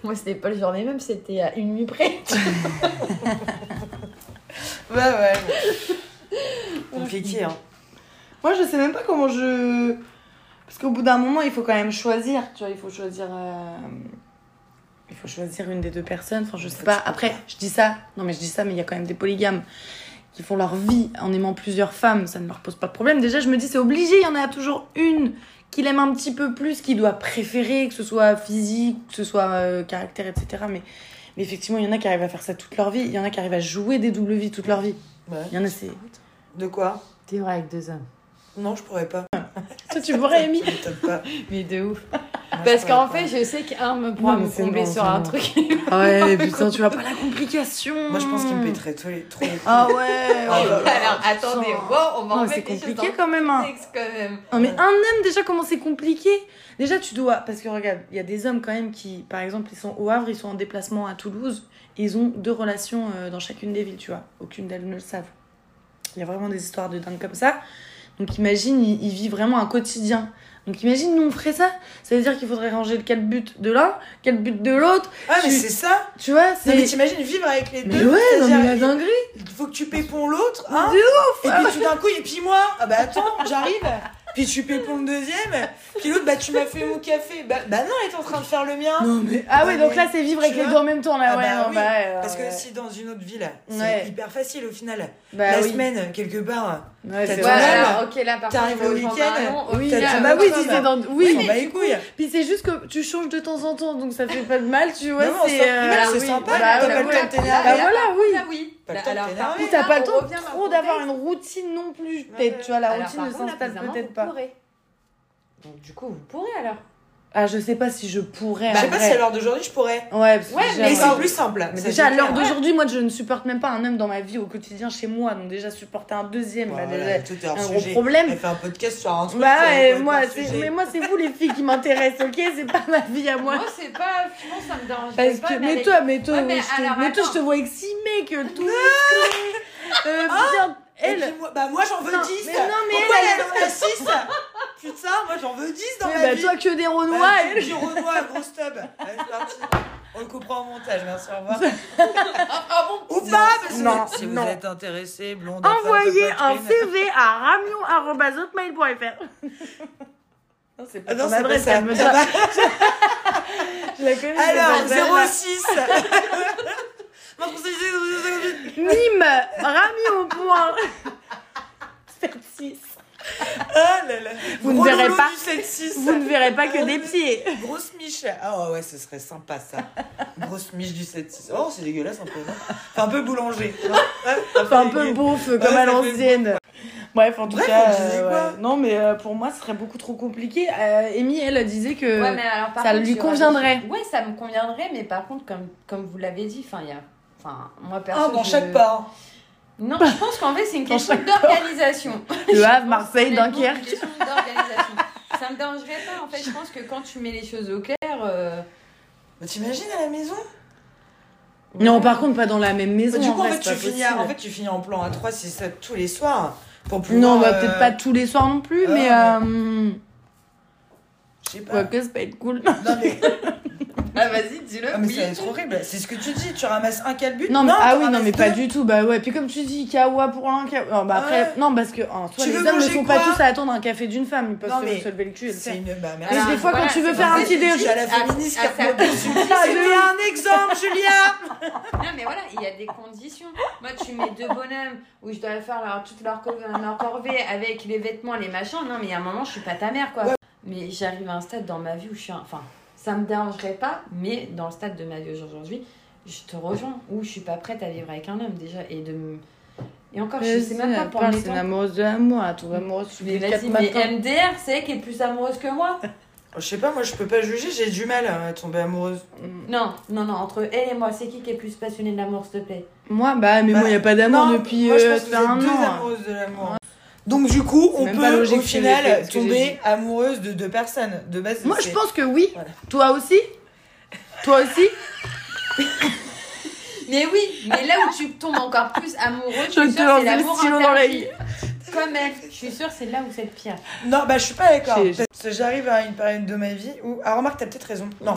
Speaker 2: Moi, c'était pas le genre des mêmes, c'était à une nuit près.
Speaker 3: Bah ouais. Compliqué, hein.
Speaker 1: Moi, je sais même pas comment je. Parce qu'au bout d'un moment, il faut quand même choisir. Tu vois, il faut choisir. euh, Il faut choisir une des deux personnes. Enfin, je sais pas. Après, je dis ça. Non, mais je dis ça, mais il y a quand même des polygames qui font leur vie en aimant plusieurs femmes. Ça ne leur pose pas de problème. Déjà, je me dis, c'est obligé. Il y en a toujours une qu'il aime un petit peu plus, qu'il doit préférer, que ce soit physique, que ce soit euh, caractère, etc. Mais, mais effectivement, il y en a qui arrivent à faire ça toute leur vie. Il y en a qui arrivent à jouer des doubles vies toute leur vie.
Speaker 3: Ouais.
Speaker 1: Il y en a, c'est.
Speaker 3: De quoi
Speaker 2: T'es vrai avec deux hommes.
Speaker 3: Non, je pourrais pas.
Speaker 1: Toi, tu pourrais, Amy
Speaker 3: Peut-être pas.
Speaker 2: Mais de ouf.
Speaker 3: Ah, je
Speaker 2: Parce
Speaker 3: pourrais
Speaker 2: qu'en
Speaker 3: pas.
Speaker 2: fait, je sais qu'un me
Speaker 1: Non,
Speaker 2: pourra
Speaker 1: mais
Speaker 2: me
Speaker 1: c'est
Speaker 2: combler
Speaker 1: bon,
Speaker 2: sur
Speaker 1: c'est
Speaker 2: un
Speaker 1: bon.
Speaker 2: truc.
Speaker 1: Ah ouais, putain, tu vois pas la complication.
Speaker 3: Moi, je pense qu'il me péterait tous les trop.
Speaker 1: hmm. Ah ouais.
Speaker 3: Oh là là.
Speaker 2: Alors, attendez,
Speaker 1: putain.
Speaker 2: wow, on va
Speaker 1: Non,
Speaker 2: remettre
Speaker 1: c'est
Speaker 2: les choses
Speaker 1: compliqué
Speaker 2: dans
Speaker 1: quand même.
Speaker 2: le
Speaker 1: hein.
Speaker 2: contexte, quand même.
Speaker 1: Non, mais un homme, déjà, comment c'est compliqué Déjà, tu dois. Parce que regarde, il y a des hommes quand même qui, par exemple, ils sont au Havre, ils sont en déplacement à Toulouse, et ils ont deux relations euh, dans chacune des villes, tu vois. Aucune d'elles ne le savent. Il y a vraiment des histoires de dingue comme ça. Donc imagine, il, il vit vraiment un quotidien. Donc imagine, nous on ferait ça. Ça veut dire qu'il faudrait ranger quel but de l'un, quel but de l'autre.
Speaker 3: Ah, mais
Speaker 1: Tu-
Speaker 3: c'est ça
Speaker 1: Tu vois,
Speaker 3: Non, mais
Speaker 1: c'est.
Speaker 3: t'imagines vivre avec les
Speaker 1: Mais
Speaker 3: deux
Speaker 1: ouais, non, mais la
Speaker 3: c'est-à-dire,
Speaker 1: dinguerie.
Speaker 3: il faut que tu pépons l'autre, hein
Speaker 1: De
Speaker 3: Et puis tout d'un coup, et puis moi Ah bah attends, j'arrive Puis tu pépons le deuxième Puis l'autre, bah tu m'as fait mon café Bah, bah non, elle est en train de faire le mien
Speaker 1: Non, mais... Ah ouais,
Speaker 3: Non,
Speaker 1: donc
Speaker 3: mais-
Speaker 1: là, c'est vivre avec
Speaker 3: tu
Speaker 1: les
Speaker 3: vois
Speaker 1: deux en même temps, là.
Speaker 3: Ah
Speaker 1: ouais,
Speaker 3: bah
Speaker 1: non,
Speaker 3: oui,
Speaker 1: bah ouais,
Speaker 3: Parce que
Speaker 1: ouais.
Speaker 3: si dans une autre ville, c'est
Speaker 1: Ouais.
Speaker 3: hyper facile au final.
Speaker 1: Bah
Speaker 3: La
Speaker 1: oui.
Speaker 3: semaine, quelque part,
Speaker 1: Ouais,
Speaker 3: t'as
Speaker 1: c'est
Speaker 3: ton
Speaker 1: vrai.
Speaker 3: âme,
Speaker 2: alors, ok, là, par
Speaker 3: t'arrives
Speaker 2: contre,
Speaker 3: au
Speaker 2: je rejoins
Speaker 3: week-end,
Speaker 2: Marion. Oui,
Speaker 3: t'as
Speaker 2: là,
Speaker 3: ton
Speaker 1: bah oui,
Speaker 3: autre
Speaker 1: si
Speaker 3: homme.
Speaker 1: c'est dans...
Speaker 3: oui,
Speaker 1: Oui,
Speaker 3: on va les couilles.
Speaker 1: puis c'est juste que tu changes de temps en temps, donc ça fait pas de mal, tu vois.
Speaker 3: Non, mais on
Speaker 1: c'est,
Speaker 3: s'en
Speaker 1: euh,
Speaker 3: fout,
Speaker 1: bah
Speaker 3: c'est
Speaker 1: oui,
Speaker 3: sympa,
Speaker 1: bah
Speaker 3: t'as
Speaker 1: ouais,
Speaker 3: pas le
Speaker 1: ouais.
Speaker 3: temps de t'énerver.
Speaker 1: Bah voilà, oui.
Speaker 2: Là, oui. Bah,
Speaker 3: Pas le temps de
Speaker 2: Alors, par
Speaker 3: t'énerver.
Speaker 1: Ou
Speaker 2: contre,
Speaker 1: t'as
Speaker 2: là,
Speaker 1: pas le
Speaker 2: on
Speaker 1: temps
Speaker 2: revient dans
Speaker 1: trop
Speaker 2: le
Speaker 1: d'avoir
Speaker 2: contexte. bah,
Speaker 1: une routine non plus,
Speaker 3: Ouais,
Speaker 1: peut-être,
Speaker 3: ouais.
Speaker 1: tu vois, la
Speaker 2: Alors,
Speaker 1: routine
Speaker 2: par
Speaker 1: ne
Speaker 2: contre, là,
Speaker 1: s'installe
Speaker 2: bizarrement,
Speaker 1: peut-être
Speaker 2: vous
Speaker 1: pas.
Speaker 2: pourrez. Donc, du coup, vous pourrez alors.
Speaker 1: Ah, je sais pas si je pourrais,
Speaker 3: Je sais
Speaker 1: en
Speaker 3: pas
Speaker 1: vrai.
Speaker 3: si à l'heure d'aujourd'hui, je pourrais.
Speaker 1: Ouais, parce que
Speaker 2: Ouais,
Speaker 1: déjà,
Speaker 3: Mais
Speaker 2: D'accord.
Speaker 3: c'est plus simple.
Speaker 1: bah, Mais
Speaker 3: ça,
Speaker 1: déjà, à
Speaker 3: c'est
Speaker 1: l'heure
Speaker 3: clair.
Speaker 1: d'aujourd'hui, moi, je ne supporte même pas un homme dans ma vie au quotidien chez moi, donc déjà, supporter un deuxième, bah, déjà,
Speaker 3: Voilà, tout est hors
Speaker 1: un gros
Speaker 3: sujet.
Speaker 1: problème.
Speaker 3: Elle fait un podcast sur un truc.
Speaker 1: Bah
Speaker 3: euh,
Speaker 1: ouais,
Speaker 3: complètement
Speaker 1: moi,
Speaker 3: hors
Speaker 1: c'est,
Speaker 3: sujet.
Speaker 1: mais moi c'est vous les filles qui m'intéressent, ok C'est pas ma vie à moi.
Speaker 2: Moi, c'est pas. Franchement, ça me dérange
Speaker 1: Parce
Speaker 2: pas.
Speaker 1: que, mais,
Speaker 2: avec-
Speaker 1: toi, mais toi,
Speaker 2: Ouais, mais
Speaker 1: oui, je te-
Speaker 2: alors,
Speaker 1: mais toi, je te
Speaker 2: attends.
Speaker 1: vois avec six mecs, tout euh, bien,
Speaker 3: Et
Speaker 1: elle.
Speaker 3: puis moi, bah moi j'en veux
Speaker 1: Putain,
Speaker 3: 10
Speaker 1: mais non, mais
Speaker 3: Pourquoi
Speaker 1: elle,
Speaker 3: elle, en a 6 Putain, moi j'en veux 10 dans
Speaker 1: Oui,
Speaker 3: ma
Speaker 1: bah,
Speaker 3: vie
Speaker 1: toi que des
Speaker 3: Bah,
Speaker 1: Renois,
Speaker 3: tu-
Speaker 1: elle.
Speaker 3: Tu renois, gros stub Allez, c'est parti On le coupera en montage, merci, au revoir
Speaker 2: Ah, ah bon
Speaker 3: Ou pas, parce que
Speaker 1: Non,
Speaker 3: si
Speaker 1: non.
Speaker 3: vous êtes intéressé, blonde à
Speaker 1: Envoyez
Speaker 3: forte
Speaker 1: un
Speaker 3: poitrine.
Speaker 1: CV à ramion.hotmail.fr. Non, c'est pas
Speaker 3: Ah non,
Speaker 1: ton
Speaker 3: c'est pas
Speaker 1: adresse,
Speaker 3: ça.
Speaker 1: elle me donne. Je la connais, c'est pas
Speaker 3: Alors,
Speaker 1: celle-là.
Speaker 3: 06 Moi, je pensais que c'était-
Speaker 1: Nîmes, ramion. point- 76.
Speaker 3: Ah là là
Speaker 1: Vous ne
Speaker 3: Gros
Speaker 1: verrez
Speaker 3: lolo
Speaker 1: pas.
Speaker 3: du 7-6.
Speaker 1: Vous ne verrez pas que des pieds.
Speaker 3: Grosse miche. Ah ouais, ouais, ce serait sympa ça. Grosse miche du 7-6. Oh, c'est dégueulasse un peu. non Enfin, un peu boulanger. non Ouais,
Speaker 1: Enfin, un peu bouffe, comme à
Speaker 3: ça fait
Speaker 1: l'ancienne. Bref, en tout
Speaker 3: Bref,
Speaker 1: cas,
Speaker 3: on disait
Speaker 1: euh,
Speaker 3: quoi
Speaker 1: ouais. non, mais euh, pour moi, ce serait beaucoup trop compliqué. Euh, Amy, elle disait que.
Speaker 2: Ouais, mais alors, par
Speaker 1: Euh, ça
Speaker 2: contre,
Speaker 1: lui
Speaker 2: il y aura des-
Speaker 1: conviendrait.
Speaker 2: Ouais, ça me conviendrait, mais par contre, comme, comme vous l'avez dit, enfin, il y a. Enfin, moi,
Speaker 3: Ah,
Speaker 2: personne.
Speaker 3: dans chaque pas. hein.
Speaker 2: Non, je pense qu'en fait, c'est une
Speaker 1: Dans
Speaker 2: question
Speaker 1: chaque
Speaker 2: d'organisation.
Speaker 1: Le Havre, Marseille,
Speaker 2: Honnêtement, c'est
Speaker 1: Dunkerque.
Speaker 2: une question d'organisation. Ça me dérangerait pas, en fait. Je pense que quand tu mets les choses au clair. euh,
Speaker 3: Mais Bah, t'imagines à la maison
Speaker 1: Non, par contre, pas dans la même maison.
Speaker 3: Bah, Du coup, en
Speaker 1: vrai,
Speaker 3: fait,
Speaker 1: c'est
Speaker 3: tu
Speaker 1: pas
Speaker 3: finis,
Speaker 1: possible.
Speaker 3: en fait, tu finis en plan à 3, 6, 7 tous les soirs. Pour pouvoir,
Speaker 1: Non, bah,
Speaker 3: euh,
Speaker 1: peut-être pas tous les soirs non plus,
Speaker 3: Ah,
Speaker 1: mais.
Speaker 3: ouais.
Speaker 1: Euh,
Speaker 3: Je sais pas.
Speaker 1: Quoique, ça peut être cool.
Speaker 3: Non, mais,
Speaker 2: Ah, vas-y, dis-le.
Speaker 3: ah, mais
Speaker 2: oui.
Speaker 3: ça va être horrible. C'est ce que tu dis. Tu ramasses un calbut.
Speaker 1: Non, mais,
Speaker 3: t'en
Speaker 1: ah oui, non,
Speaker 3: ramasses
Speaker 1: mais pas
Speaker 3: deux.
Speaker 1: du tout. Bah ouais, puis comme tu dis, Kawa pour un, Kawa. Non, bah après,
Speaker 3: Ouais.
Speaker 1: non, parce que en soi,
Speaker 3: Tu
Speaker 1: les
Speaker 3: veux
Speaker 1: hommes ne
Speaker 3: manger
Speaker 1: sont pas
Speaker 3: quoi
Speaker 1: tous à attendre un café d'une femme. Ils peuvent
Speaker 3: Non,
Speaker 1: se,
Speaker 3: mais
Speaker 1: se lever le cul et le
Speaker 3: C'est
Speaker 1: faire.
Speaker 3: une. Bah, merci.
Speaker 1: Mais des fois, quand tu veux
Speaker 2: c'est
Speaker 1: faire
Speaker 2: pour
Speaker 1: un
Speaker 2: ça
Speaker 1: petit Ah,
Speaker 2: que je
Speaker 1: déj-
Speaker 2: dis
Speaker 3: à la
Speaker 2: à-
Speaker 3: féministe
Speaker 2: à
Speaker 3: qui a
Speaker 2: sa-
Speaker 3: proposé Julia, un exemple, Julia
Speaker 2: Non, mais voilà, il y a des conditions. Moi, tu mets deux bonhommes où je dois faire leur, toute leur, co- leur corvée avec les vêtements, les machins. Non, mais il y a un moment, je suis pas ta mère, quoi. Mais j'arrive à un stade dans ma vie où je suis. un- Enfin, ça me dérangerait pas, mais dans le stade de ma vie aujourd'hui, je te rejoins où je suis pas prête à vivre avec un homme déjà. Et de me- Et encore, je sais même pas pour
Speaker 1: parle,
Speaker 2: les
Speaker 1: c'est une amoureuse de l'amour, elle trouve amoureuse tous
Speaker 2: Mais
Speaker 1: les
Speaker 2: vas-y,
Speaker 1: quatre
Speaker 2: mais
Speaker 1: matins.
Speaker 2: MDR, c'est elle qui est plus amoureuse que moi
Speaker 3: Je sais pas, moi je peux pas juger, j'ai du mal à tomber amoureuse.
Speaker 1: Mm.
Speaker 2: Non, non, non, entre elle et moi, c'est qui qui est plus passionné de l'amour, s'il te plaît
Speaker 1: Moi, bah, mais
Speaker 3: Bah,
Speaker 1: moi, il n'y a pas
Speaker 3: Non,
Speaker 1: d'amour depuis
Speaker 3: moi, je
Speaker 1: euh,
Speaker 3: pense que
Speaker 1: ça fait
Speaker 3: vous êtes
Speaker 1: un
Speaker 3: deux
Speaker 1: an.
Speaker 3: amoureuses de l'amour. Donc du coup,
Speaker 1: C'est
Speaker 3: on
Speaker 1: même pas
Speaker 3: peut
Speaker 1: logique
Speaker 3: au
Speaker 1: ce que j'ai fait,
Speaker 3: final
Speaker 1: ce que j'ai
Speaker 3: tomber amoureuse de deux personnes. De base,
Speaker 1: Moi, je
Speaker 3: c'est-
Speaker 1: pense que oui.
Speaker 3: Voilà.
Speaker 1: Toi aussi Toi aussi
Speaker 2: Mais oui, mais là où tu tombes encore plus amoureux,
Speaker 1: Je
Speaker 2: je suis
Speaker 1: vais
Speaker 2: sûre
Speaker 1: te
Speaker 2: c'est
Speaker 1: lancer le
Speaker 2: l'amour
Speaker 1: stylo dans
Speaker 2: interdit.
Speaker 1: l'œil.
Speaker 2: Comme elle, je suis sûre c'est là où c'est le pire.
Speaker 3: Non, bah je suis pas d'accord.
Speaker 1: J'ai-
Speaker 3: Parce que j'arrive à une période de ma vie où. Ah, remarque, t'as peut-être raison. Non,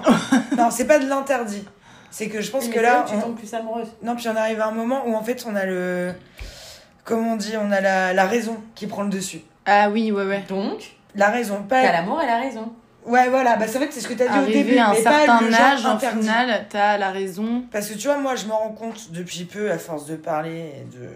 Speaker 3: non, c'est pas de l'interdit. C'est que je pense
Speaker 2: Mais
Speaker 3: que
Speaker 2: c'est
Speaker 3: là.
Speaker 2: où
Speaker 3: on-
Speaker 2: tu tombes plus amoureuse.
Speaker 3: Non, puis on arrive à un moment où en fait on a le. Comment on dit On a la, la raison qui prend le dessus.
Speaker 1: Ah oui, ouais, ouais.
Speaker 2: Donc,
Speaker 3: La raison, pas.
Speaker 2: t'as l'amour et la raison.
Speaker 3: Ouais, voilà, bah c'est en fait c'est ce que t'as dit au
Speaker 1: Arrivé
Speaker 3: début.
Speaker 1: à un
Speaker 3: mais pas le
Speaker 1: certain
Speaker 3: genre
Speaker 1: âge, en
Speaker 3: interdit.
Speaker 1: final, t'as la raison.
Speaker 3: Parce que tu vois, moi je me rends compte depuis peu, à force de parler et de.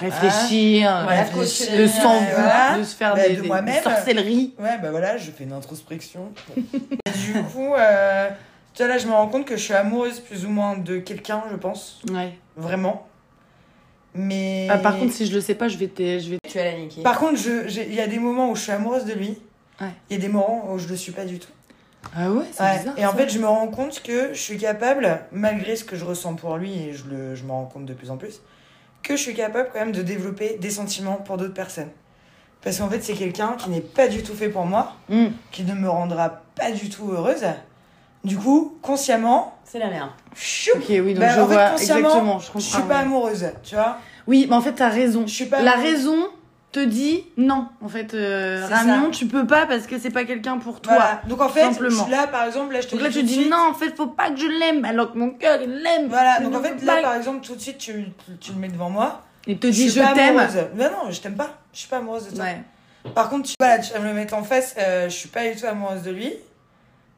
Speaker 1: Réfléchir,
Speaker 2: Voilà,
Speaker 1: Ah, réfléchir,
Speaker 2: cautionner,
Speaker 1: de s'envoyer,
Speaker 3: voilà.
Speaker 1: de se faire
Speaker 3: Bah,
Speaker 1: des,
Speaker 3: de
Speaker 1: des-
Speaker 3: moi-même.
Speaker 1: des sorcelleries.
Speaker 3: Ouais, bah voilà, je fais une introspection. Et du coup, euh, tu vois, là je me rends compte que je suis amoureuse plus ou moins de quelqu'un, je pense.
Speaker 1: Ouais.
Speaker 3: Vraiment. Mais.
Speaker 1: Ah, par contre, si je le sais pas, je vais te. Je vais...
Speaker 2: Tu as la niqué.
Speaker 3: Par contre, je- j'ai- il y a des moments où je suis amoureuse de lui.
Speaker 1: Ouais.
Speaker 3: Il y a des moments où je le suis pas du tout.
Speaker 1: Ah ouais, c'est
Speaker 3: Ouais,
Speaker 1: bizarre.
Speaker 3: Et en
Speaker 1: ça.
Speaker 3: fait, je me rends compte que je suis capable, malgré ce que je ressens pour lui, et je, le, je m'en rends compte de plus en plus, que je suis capable quand même de développer des sentiments pour d'autres personnes. Parce qu'en fait, c'est quelqu'un qui n'est pas du tout fait pour moi,
Speaker 1: Mm.
Speaker 3: qui ne me rendra pas du tout heureuse. Du coup, consciemment,
Speaker 2: C'est la merde.
Speaker 3: chou,
Speaker 1: Ok, oui, donc
Speaker 3: Bah,
Speaker 1: je
Speaker 3: en fait,
Speaker 1: vois
Speaker 3: consciemment,
Speaker 1: exactement. Je
Speaker 3: je
Speaker 1: comprends.
Speaker 3: suis pas
Speaker 1: ouais.
Speaker 3: amoureuse, tu vois.
Speaker 1: Oui, mais en fait, t'as raison.
Speaker 3: Je suis pas
Speaker 1: La
Speaker 3: amoureuse.
Speaker 1: raison te dit non. En fait, euh,
Speaker 3: C'est
Speaker 1: Ramon,
Speaker 3: ça.
Speaker 1: tu peux pas parce que c'est pas quelqu'un pour toi.
Speaker 3: Voilà. Donc en fait,
Speaker 1: simplement.
Speaker 3: je- là, par exemple, là, je te
Speaker 1: Donc là, tu
Speaker 3: tout de
Speaker 1: dis
Speaker 3: suite,
Speaker 1: non, en fait, faut pas que je l'aime, alors que mon cœur, il l'aime.
Speaker 3: Voilà,
Speaker 1: Mais
Speaker 3: donc
Speaker 1: non,
Speaker 3: en
Speaker 1: faut
Speaker 3: fait, là,
Speaker 1: pas.
Speaker 3: par exemple, tout de suite, tu, tu- tu le mets devant moi.
Speaker 1: Il te
Speaker 3: Je
Speaker 1: dit
Speaker 3: suis
Speaker 1: je
Speaker 3: pas
Speaker 1: t'aime.
Speaker 3: amoureuse. Mais non, je t'aime pas. Je suis pas amoureuse de toi.
Speaker 1: Ouais.
Speaker 3: Par contre, tu, voilà, tu vas me le mettre en face, euh, je suis pas du tout amoureuse de lui.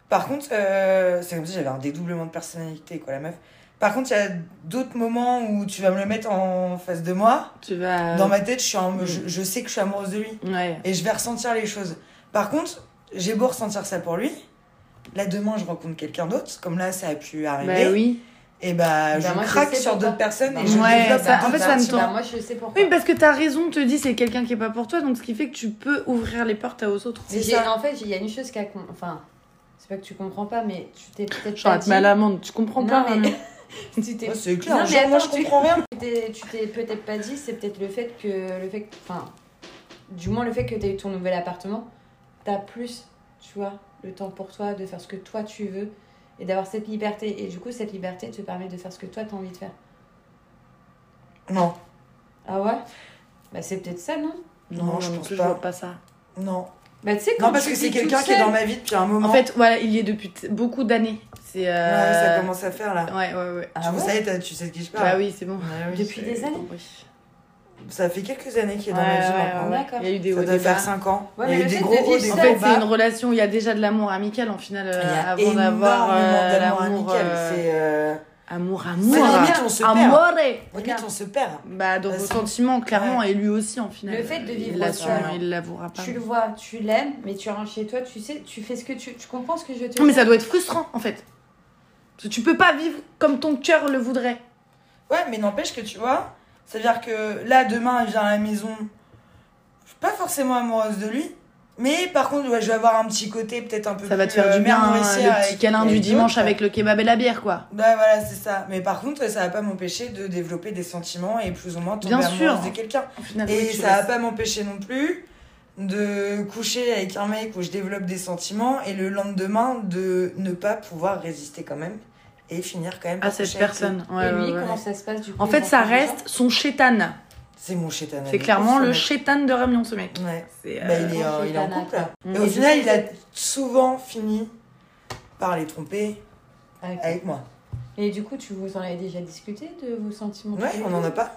Speaker 3: Par contre, euh, c'est comme si j'avais un dédoublement de personnalité, quoi, la meuf. Par contre, il y a d'autres moments où tu vas me le mettre en face de moi.
Speaker 1: Tu vas.
Speaker 3: Dans ma tête, je, suis en- je, je sais que je suis amoureuse de lui.
Speaker 1: Ouais.
Speaker 3: Et je vais ressentir les choses. Par contre, j'ai beau ressentir ça pour lui. Là, demain, je rencontre quelqu'un d'autre. Comme là, ça a pu arriver.
Speaker 1: Bah oui.
Speaker 3: Et bah,
Speaker 2: Bah,
Speaker 3: je
Speaker 2: moi, je
Speaker 3: craque
Speaker 2: sais
Speaker 3: sur
Speaker 2: pourquoi.
Speaker 3: d'autres personnes
Speaker 2: Bah,
Speaker 3: et je
Speaker 1: ouais,
Speaker 3: développe
Speaker 1: ça-
Speaker 3: un
Speaker 1: en fait,
Speaker 3: peu
Speaker 1: ça me
Speaker 3: d'intime.
Speaker 1: tourne.
Speaker 2: Bah, moi, je sais pourquoi.
Speaker 1: Oui, parce que t'as raison, te dit c'est quelqu'un qui est pas pour toi, donc ce qui fait que tu peux ouvrir les portes à aux autres.
Speaker 3: C'est
Speaker 2: Mais j'ai-
Speaker 3: ça.
Speaker 2: En fait, il y a une chose qu'à. con- Enfin, c'est pas que tu comprends pas, mais tu t'es peut-être
Speaker 1: Genre,
Speaker 2: pas
Speaker 1: être
Speaker 2: dit.
Speaker 1: mal amende, tu comprends
Speaker 2: Non,
Speaker 1: pas.
Speaker 2: mais-
Speaker 1: Ramon.
Speaker 2: tu t'es
Speaker 3: Ouais, c'est clair,
Speaker 2: Non, mais
Speaker 3: genre, moi, je
Speaker 2: attends, tu-
Speaker 3: comprends rien.
Speaker 2: Tu t'es- tu t'es peut-être pas dit, c'est peut-être le fait que le fait, que- enfin, du moins le fait que t'aies eu ton nouvel appartement, t'as plus, tu vois, le temps pour toi de faire ce que toi tu veux et d'avoir cette liberté. Et du coup, cette liberté te permet de faire ce que toi t'as envie de faire.
Speaker 3: Non,
Speaker 2: Ah ouais Bah c'est peut-être ça, non
Speaker 3: non, je
Speaker 1: non
Speaker 3: pense
Speaker 1: plus, je
Speaker 3: pas.
Speaker 1: vois pas ça.
Speaker 3: Non.
Speaker 2: Bah tu sais quand
Speaker 3: Non, parce
Speaker 2: tu
Speaker 3: que
Speaker 2: vis
Speaker 3: c'est
Speaker 2: toute
Speaker 3: quelqu'un qui est
Speaker 2: seule-
Speaker 3: dans ma vie depuis un moment.
Speaker 1: En fait, voilà, il y est depuis t- beaucoup d'années. C'est. euh,
Speaker 3: Ouais, ça commence à faire là.
Speaker 1: Ouais, ouais, ouais.
Speaker 2: Ah
Speaker 3: tu, vous
Speaker 2: ouais
Speaker 3: savez, t'as- tu sais de qui je parle
Speaker 1: Bah oui, c'est bon.
Speaker 3: Ah
Speaker 2: Depuis des années.
Speaker 3: Ça fait quelques années qu'il est dans
Speaker 1: Ouais,
Speaker 3: ma vie
Speaker 1: ouais,
Speaker 3: maintenant.
Speaker 1: ouais, ouais.
Speaker 2: D'accord.
Speaker 1: Il y a eu des
Speaker 3: Ça
Speaker 1: hauts,
Speaker 3: doit
Speaker 1: des bas.
Speaker 3: faire 5 ans.
Speaker 2: Ouais,
Speaker 3: il
Speaker 2: mais
Speaker 3: y a eu
Speaker 2: le
Speaker 3: des
Speaker 2: fait
Speaker 3: gros
Speaker 2: de
Speaker 3: hauts,
Speaker 2: vivre
Speaker 3: des
Speaker 1: En
Speaker 2: ça,
Speaker 3: gros
Speaker 1: fait,
Speaker 3: bas.
Speaker 1: c'est une relation où il y a déjà de l'amour amical en final, euh,
Speaker 3: Il y a
Speaker 1: avant d'avoir
Speaker 3: énormément
Speaker 1: euh,
Speaker 3: d'amour
Speaker 1: l'amour,
Speaker 3: amical.
Speaker 1: euh,
Speaker 3: C'est. euh,
Speaker 1: amour,
Speaker 3: c'est
Speaker 1: amour,
Speaker 2: Ouais,
Speaker 1: amour,
Speaker 2: mais-
Speaker 3: limite, on se perd.
Speaker 1: amour.
Speaker 3: Limite, on se perd.
Speaker 1: Bah, dans
Speaker 3: Bah,
Speaker 1: vos
Speaker 3: c'est-
Speaker 1: sentiments, clairement, et lui aussi en final.
Speaker 2: Le fait de vivre
Speaker 1: il l'assume,
Speaker 3: ensemble.
Speaker 1: il l'avouera pas.
Speaker 2: Tu le vois, tu l'aimes, mais tu rentres chez toi, tu sais, tu fais ce que tu, tu comprends ce que je te
Speaker 1: Non, mais
Speaker 2: dis
Speaker 1: ça doit être frustrant en fait. Parce que tu peux pas vivre comme ton cœur le voudrait.
Speaker 3: Ouais, mais n'empêche que tu vois, c'est-à-dire que là, demain, il vient à la maison, je suis pas forcément amoureuse de lui, mais par contre, ouais, je vais avoir un petit côté peut-être un peu
Speaker 1: Ça va te
Speaker 3: plus,
Speaker 1: faire
Speaker 3: euh,
Speaker 1: du bien,
Speaker 3: mère
Speaker 1: hein,
Speaker 3: nourricière
Speaker 1: le petit
Speaker 3: avec-
Speaker 1: câlin du
Speaker 3: avec
Speaker 1: dimanche
Speaker 3: d'autres.
Speaker 1: avec le kebab et la bière, quoi.
Speaker 3: Ouais, voilà, c'est ça. Mais par contre, ça va pas m'empêcher de développer des sentiments et plus ou moins tomber
Speaker 1: Bien sûr.
Speaker 3: amoureuse de quelqu'un.
Speaker 1: Au final, Ah oui,
Speaker 3: Et
Speaker 1: tu
Speaker 3: ça va
Speaker 1: restes.
Speaker 3: pas m'empêcher non plus de coucher avec un mec où je développe des sentiments et le lendemain de ne pas pouvoir résister quand même et finir quand même
Speaker 1: à
Speaker 3: par
Speaker 1: cette
Speaker 3: coucher avec lui.
Speaker 1: personne.
Speaker 2: Et
Speaker 1: Ouais,
Speaker 2: lui,
Speaker 1: ouais, ouais.
Speaker 2: comment ça se passe du coup
Speaker 1: En
Speaker 2: il
Speaker 1: fait,
Speaker 2: rentre
Speaker 1: ça
Speaker 2: chez toi
Speaker 1: reste son chétan.
Speaker 3: C'est mon chétan.
Speaker 1: C'est clairement le chétan de Ramion, ce mec.
Speaker 3: Ouais.
Speaker 1: C'est, euh,
Speaker 3: Bah, il est,
Speaker 2: Mon
Speaker 3: euh, il est en
Speaker 2: chétan,
Speaker 3: couple.
Speaker 2: d'accord.
Speaker 3: Et
Speaker 1: Mm.
Speaker 3: au
Speaker 2: Et
Speaker 3: final,
Speaker 2: du coup,
Speaker 3: il a
Speaker 2: c'est-
Speaker 3: souvent fini par les tromper
Speaker 2: Avec-
Speaker 3: avec moi.
Speaker 2: Ah, Et du coup, tu vous en avez déjà discuté de vos sentiments
Speaker 3: Ouais, on en a pas.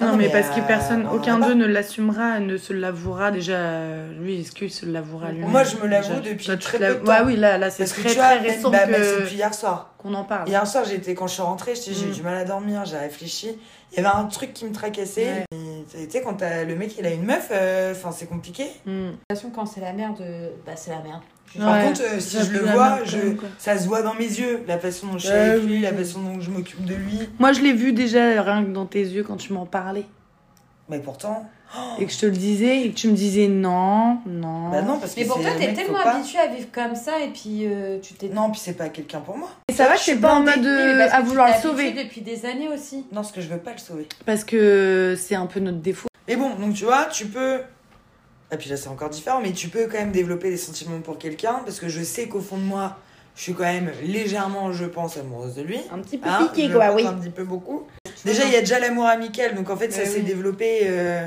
Speaker 1: Non,
Speaker 3: Non,
Speaker 1: mais,
Speaker 3: mais,
Speaker 1: parce que
Speaker 3: euh,
Speaker 1: personne,
Speaker 3: on en a
Speaker 1: aucun
Speaker 3: pas.
Speaker 1: d'eux ne l'assumera, ne se l'avouera déjà. euh, Lui, est-ce qu'il se l'avouera lui
Speaker 3: Moi, je me l'avoue
Speaker 1: Déjà.
Speaker 3: depuis
Speaker 1: Toi, tu
Speaker 3: très
Speaker 1: te l'avoues.
Speaker 3: peu de temps.
Speaker 1: Ouais, oui, là, là c'est
Speaker 3: Parce que
Speaker 1: très,
Speaker 3: tu vois,
Speaker 1: très
Speaker 3: même,
Speaker 1: récent
Speaker 3: bah,
Speaker 1: que-
Speaker 3: même depuis hier soir.
Speaker 1: qu'on en parle.
Speaker 3: Hier soir, j'étais quand je suis rentrée, j'étais- j'ai eu
Speaker 1: Ah Mm.
Speaker 3: du mal à dormir, j'ai réfléchi. Il y avait un truc qui me tracassait.
Speaker 1: Ouais.
Speaker 3: Et Tu sais, quand t'as- le mec il a une meuf, euh, enfin c'est compliqué.
Speaker 1: Mm.
Speaker 2: De toute façon, quand c'est la merde, euh, bah c'est la merde.
Speaker 3: Par
Speaker 1: Ouais,
Speaker 3: contre, euh, si
Speaker 1: ça
Speaker 3: je le
Speaker 1: pue la
Speaker 3: vois,
Speaker 1: merde,
Speaker 3: je,
Speaker 1: quand même, quoi.
Speaker 3: ça se voit dans mes yeux, la façon dont je suis
Speaker 1: Ouais,
Speaker 3: avec
Speaker 1: oui,
Speaker 3: lui, la
Speaker 1: oui.
Speaker 3: façon dont je m'occupe de lui.
Speaker 1: Moi, je l'ai vu déjà rien que dans tes yeux quand tu m'en parlais.
Speaker 3: Mais pourtant,
Speaker 1: Et que je te le disais et que tu me disais non, non.
Speaker 3: bah non, parce que
Speaker 2: Mais pour
Speaker 3: c'est
Speaker 2: toi,
Speaker 3: un
Speaker 2: t'es
Speaker 3: mec, faut
Speaker 2: tellement
Speaker 3: pas.
Speaker 2: habitué à vivre comme ça et puis euh, tu t'es.
Speaker 3: Non, puis c'est pas quelqu'un pour moi.
Speaker 1: Et ça va, je suis pas en mode
Speaker 2: Mais
Speaker 1: euh,
Speaker 2: parce que
Speaker 1: à
Speaker 2: tu
Speaker 1: vouloir
Speaker 2: t'es
Speaker 1: le
Speaker 2: habitué
Speaker 1: sauver.
Speaker 2: depuis des années aussi.
Speaker 3: Non, parce que je veux pas le sauver.
Speaker 1: Parce que c'est un peu notre défaut.
Speaker 3: Mais bon, donc tu vois, tu peux. Et puis là, c'est encore différent, mais tu peux quand même développer des sentiments pour quelqu'un, parce que je sais qu'au fond de moi, je suis quand même légèrement, je pense, amoureuse de lui.
Speaker 1: Un petit peu
Speaker 3: Hein,
Speaker 1: piqué,
Speaker 3: je
Speaker 1: quoi,
Speaker 3: pense
Speaker 1: oui. Eh
Speaker 3: Un petit peu beaucoup. Déjà, il y a déjà l'amour amical, donc en fait, ça
Speaker 2: Mais
Speaker 3: s'est
Speaker 2: oui.
Speaker 3: développé. euh,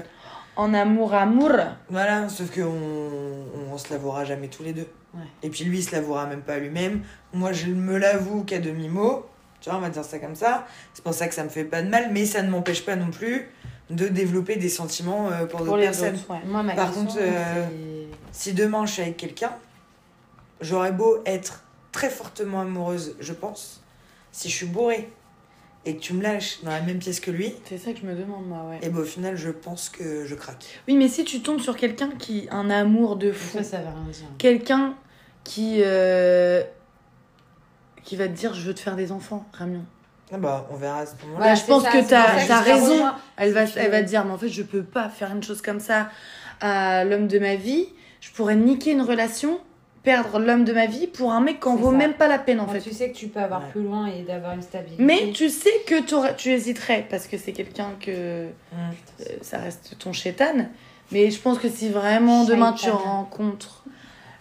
Speaker 1: En amour, amour.
Speaker 3: Voilà, sauf qu'on on, on se l'avouera jamais tous les deux.
Speaker 2: Ouais.
Speaker 3: Et puis lui, il se l'avouera même pas à lui-même. Moi, je me l'avoue qu'à demi-mot. Tu vois, on va dire ça comme ça. C'est pour ça que ça me fait pas de mal, mais ça ne m'empêche pas non plus de développer des sentiments euh, pour,
Speaker 1: Pour
Speaker 3: d'autres
Speaker 1: les
Speaker 3: personnes.
Speaker 1: autres, ouais.
Speaker 2: Moi, ma
Speaker 3: Par
Speaker 2: question,
Speaker 3: contre, euh, Si demain je suis avec quelqu'un, j'aurais beau être très fortement amoureuse, je pense. Si je suis bourrée et que tu me lâches dans la même pièce que lui,
Speaker 1: C'est ça que je me demande, moi, ouais.
Speaker 3: et ben au final, je pense que je craque.
Speaker 1: Oui, mais si tu tombes sur quelqu'un qui a un amour de
Speaker 2: c'est...
Speaker 1: fou,
Speaker 2: Ça, ça veut rien dire.
Speaker 1: Bah, quelqu'un qui euh, qui va te dire je veux te faire des enfants, Ramion.
Speaker 3: Ah bah, on verra à ce moment-là.
Speaker 1: Bah, je
Speaker 2: c'est
Speaker 1: pense que
Speaker 2: c'est pour
Speaker 1: t'as-
Speaker 2: ça
Speaker 3: t'as
Speaker 2: je te
Speaker 1: raison.
Speaker 2: rejoins.
Speaker 1: Elle va,
Speaker 2: C'est
Speaker 1: elle va
Speaker 2: sûr.
Speaker 1: te dire, mais en fait, je peux pas faire une chose comme ça à l'homme de ma vie. Je pourrais niquer une relation, perdre l'homme de ma vie pour un mec qu'en
Speaker 2: C'est
Speaker 1: vaut
Speaker 2: ça.
Speaker 1: même pas la peine, en
Speaker 2: Quand
Speaker 1: fait.
Speaker 2: tu sais que tu peux avoir
Speaker 3: Ouais.
Speaker 2: plus loin et d'avoir une stabilité.
Speaker 1: Mais tu sais que t'aurais- tu hésiterais parce que c'est quelqu'un que euh,
Speaker 3: Mm.
Speaker 1: ça reste ton chétan. Mais je pense que si vraiment demain tu
Speaker 2: Shaitan.
Speaker 1: rencontres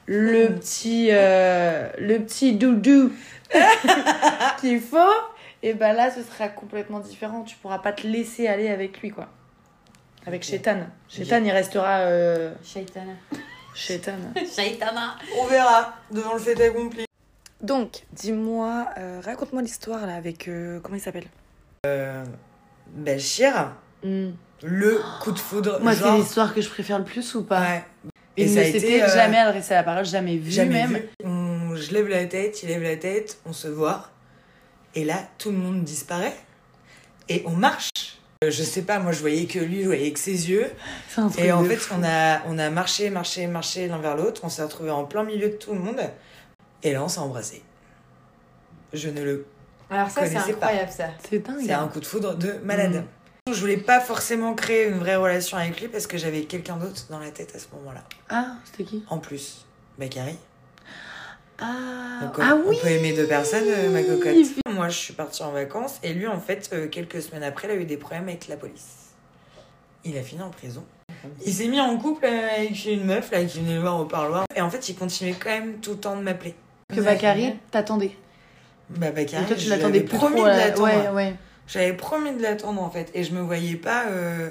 Speaker 1: le petit euh, le petit doudou qu'il faut, et ben là ce sera complètement différent. Tu pourras pas te laisser aller avec lui quoi. Avec
Speaker 3: Ok.
Speaker 1: Chétan. Chétan il restera euh,
Speaker 2: Shaitana.
Speaker 1: Chétan.
Speaker 2: Shaitana.
Speaker 3: On verra devant le fait accompli.
Speaker 1: Donc dis-moi, euh, raconte-moi l'histoire là avec euh, comment il s'appelle.
Speaker 3: Bachir, Ben,
Speaker 1: Hmm.
Speaker 3: le coup de foudre.
Speaker 1: Moi c'est
Speaker 3: genre,
Speaker 1: l'histoire que je préfère le plus ou pas.
Speaker 3: ouais.
Speaker 1: Et
Speaker 3: Et
Speaker 1: il
Speaker 3: ça
Speaker 1: ne
Speaker 3: a
Speaker 1: s'était
Speaker 3: été, euh,
Speaker 1: jamais adressé à la parole, jamais vu
Speaker 3: Jamais
Speaker 1: même.
Speaker 3: vu. On- je lève la tête, il lève la tête, on se voit. Et là, tout le monde disparaît. Et on marche. Euh, Je sais pas, moi je voyais que lui, je voyais que ses yeux.
Speaker 1: C'est un truc
Speaker 3: Et en
Speaker 1: de
Speaker 3: fait,
Speaker 1: fou.
Speaker 3: on a, on a marché, marché, marché l'un vers l'autre. On s'est retrouvés en plein milieu de tout le monde. Et là, on s'est embrassé. Je ne le.
Speaker 1: Ah
Speaker 2: Alors ça, c'est
Speaker 3: Connaissez pas.
Speaker 2: incroyable ça.
Speaker 1: c'est dingue.
Speaker 3: C'est un coup de foudre de malade.
Speaker 1: Mm.
Speaker 3: Je voulais pas forcément créer une vraie relation avec lui parce que j'avais quelqu'un d'autre dans la tête à ce moment-là.
Speaker 1: Ah, c'était qui
Speaker 3: En plus, Bakary.
Speaker 1: Ah,
Speaker 3: Donc, on-
Speaker 1: ah
Speaker 3: on
Speaker 1: oui
Speaker 3: peut aimer deux personnes, euh, ma cocotte. Moi, je suis partie en vacances et lui, en fait, euh, quelques semaines après, il a eu des problèmes avec la police. Il a fini en prison. Il s'est mis en couple euh, avec une meuf là, qui venait le voir au parloir. Et en fait, il continuait quand même tout le temps de m'appeler.
Speaker 1: Que
Speaker 2: Ouais,
Speaker 1: Bakary
Speaker 2: génial.
Speaker 1: t'attendait.
Speaker 3: Bah,
Speaker 1: Et
Speaker 3: Bakary,
Speaker 1: toi, tu
Speaker 3: je
Speaker 1: l'attendais
Speaker 3: lui
Speaker 1: plus
Speaker 3: avais promis
Speaker 1: trop,
Speaker 3: de
Speaker 1: euh,
Speaker 3: l'attendre.
Speaker 1: Ouais, ouais.
Speaker 3: J'avais promis de l'attendre, en fait. Et je me voyais pas... euh,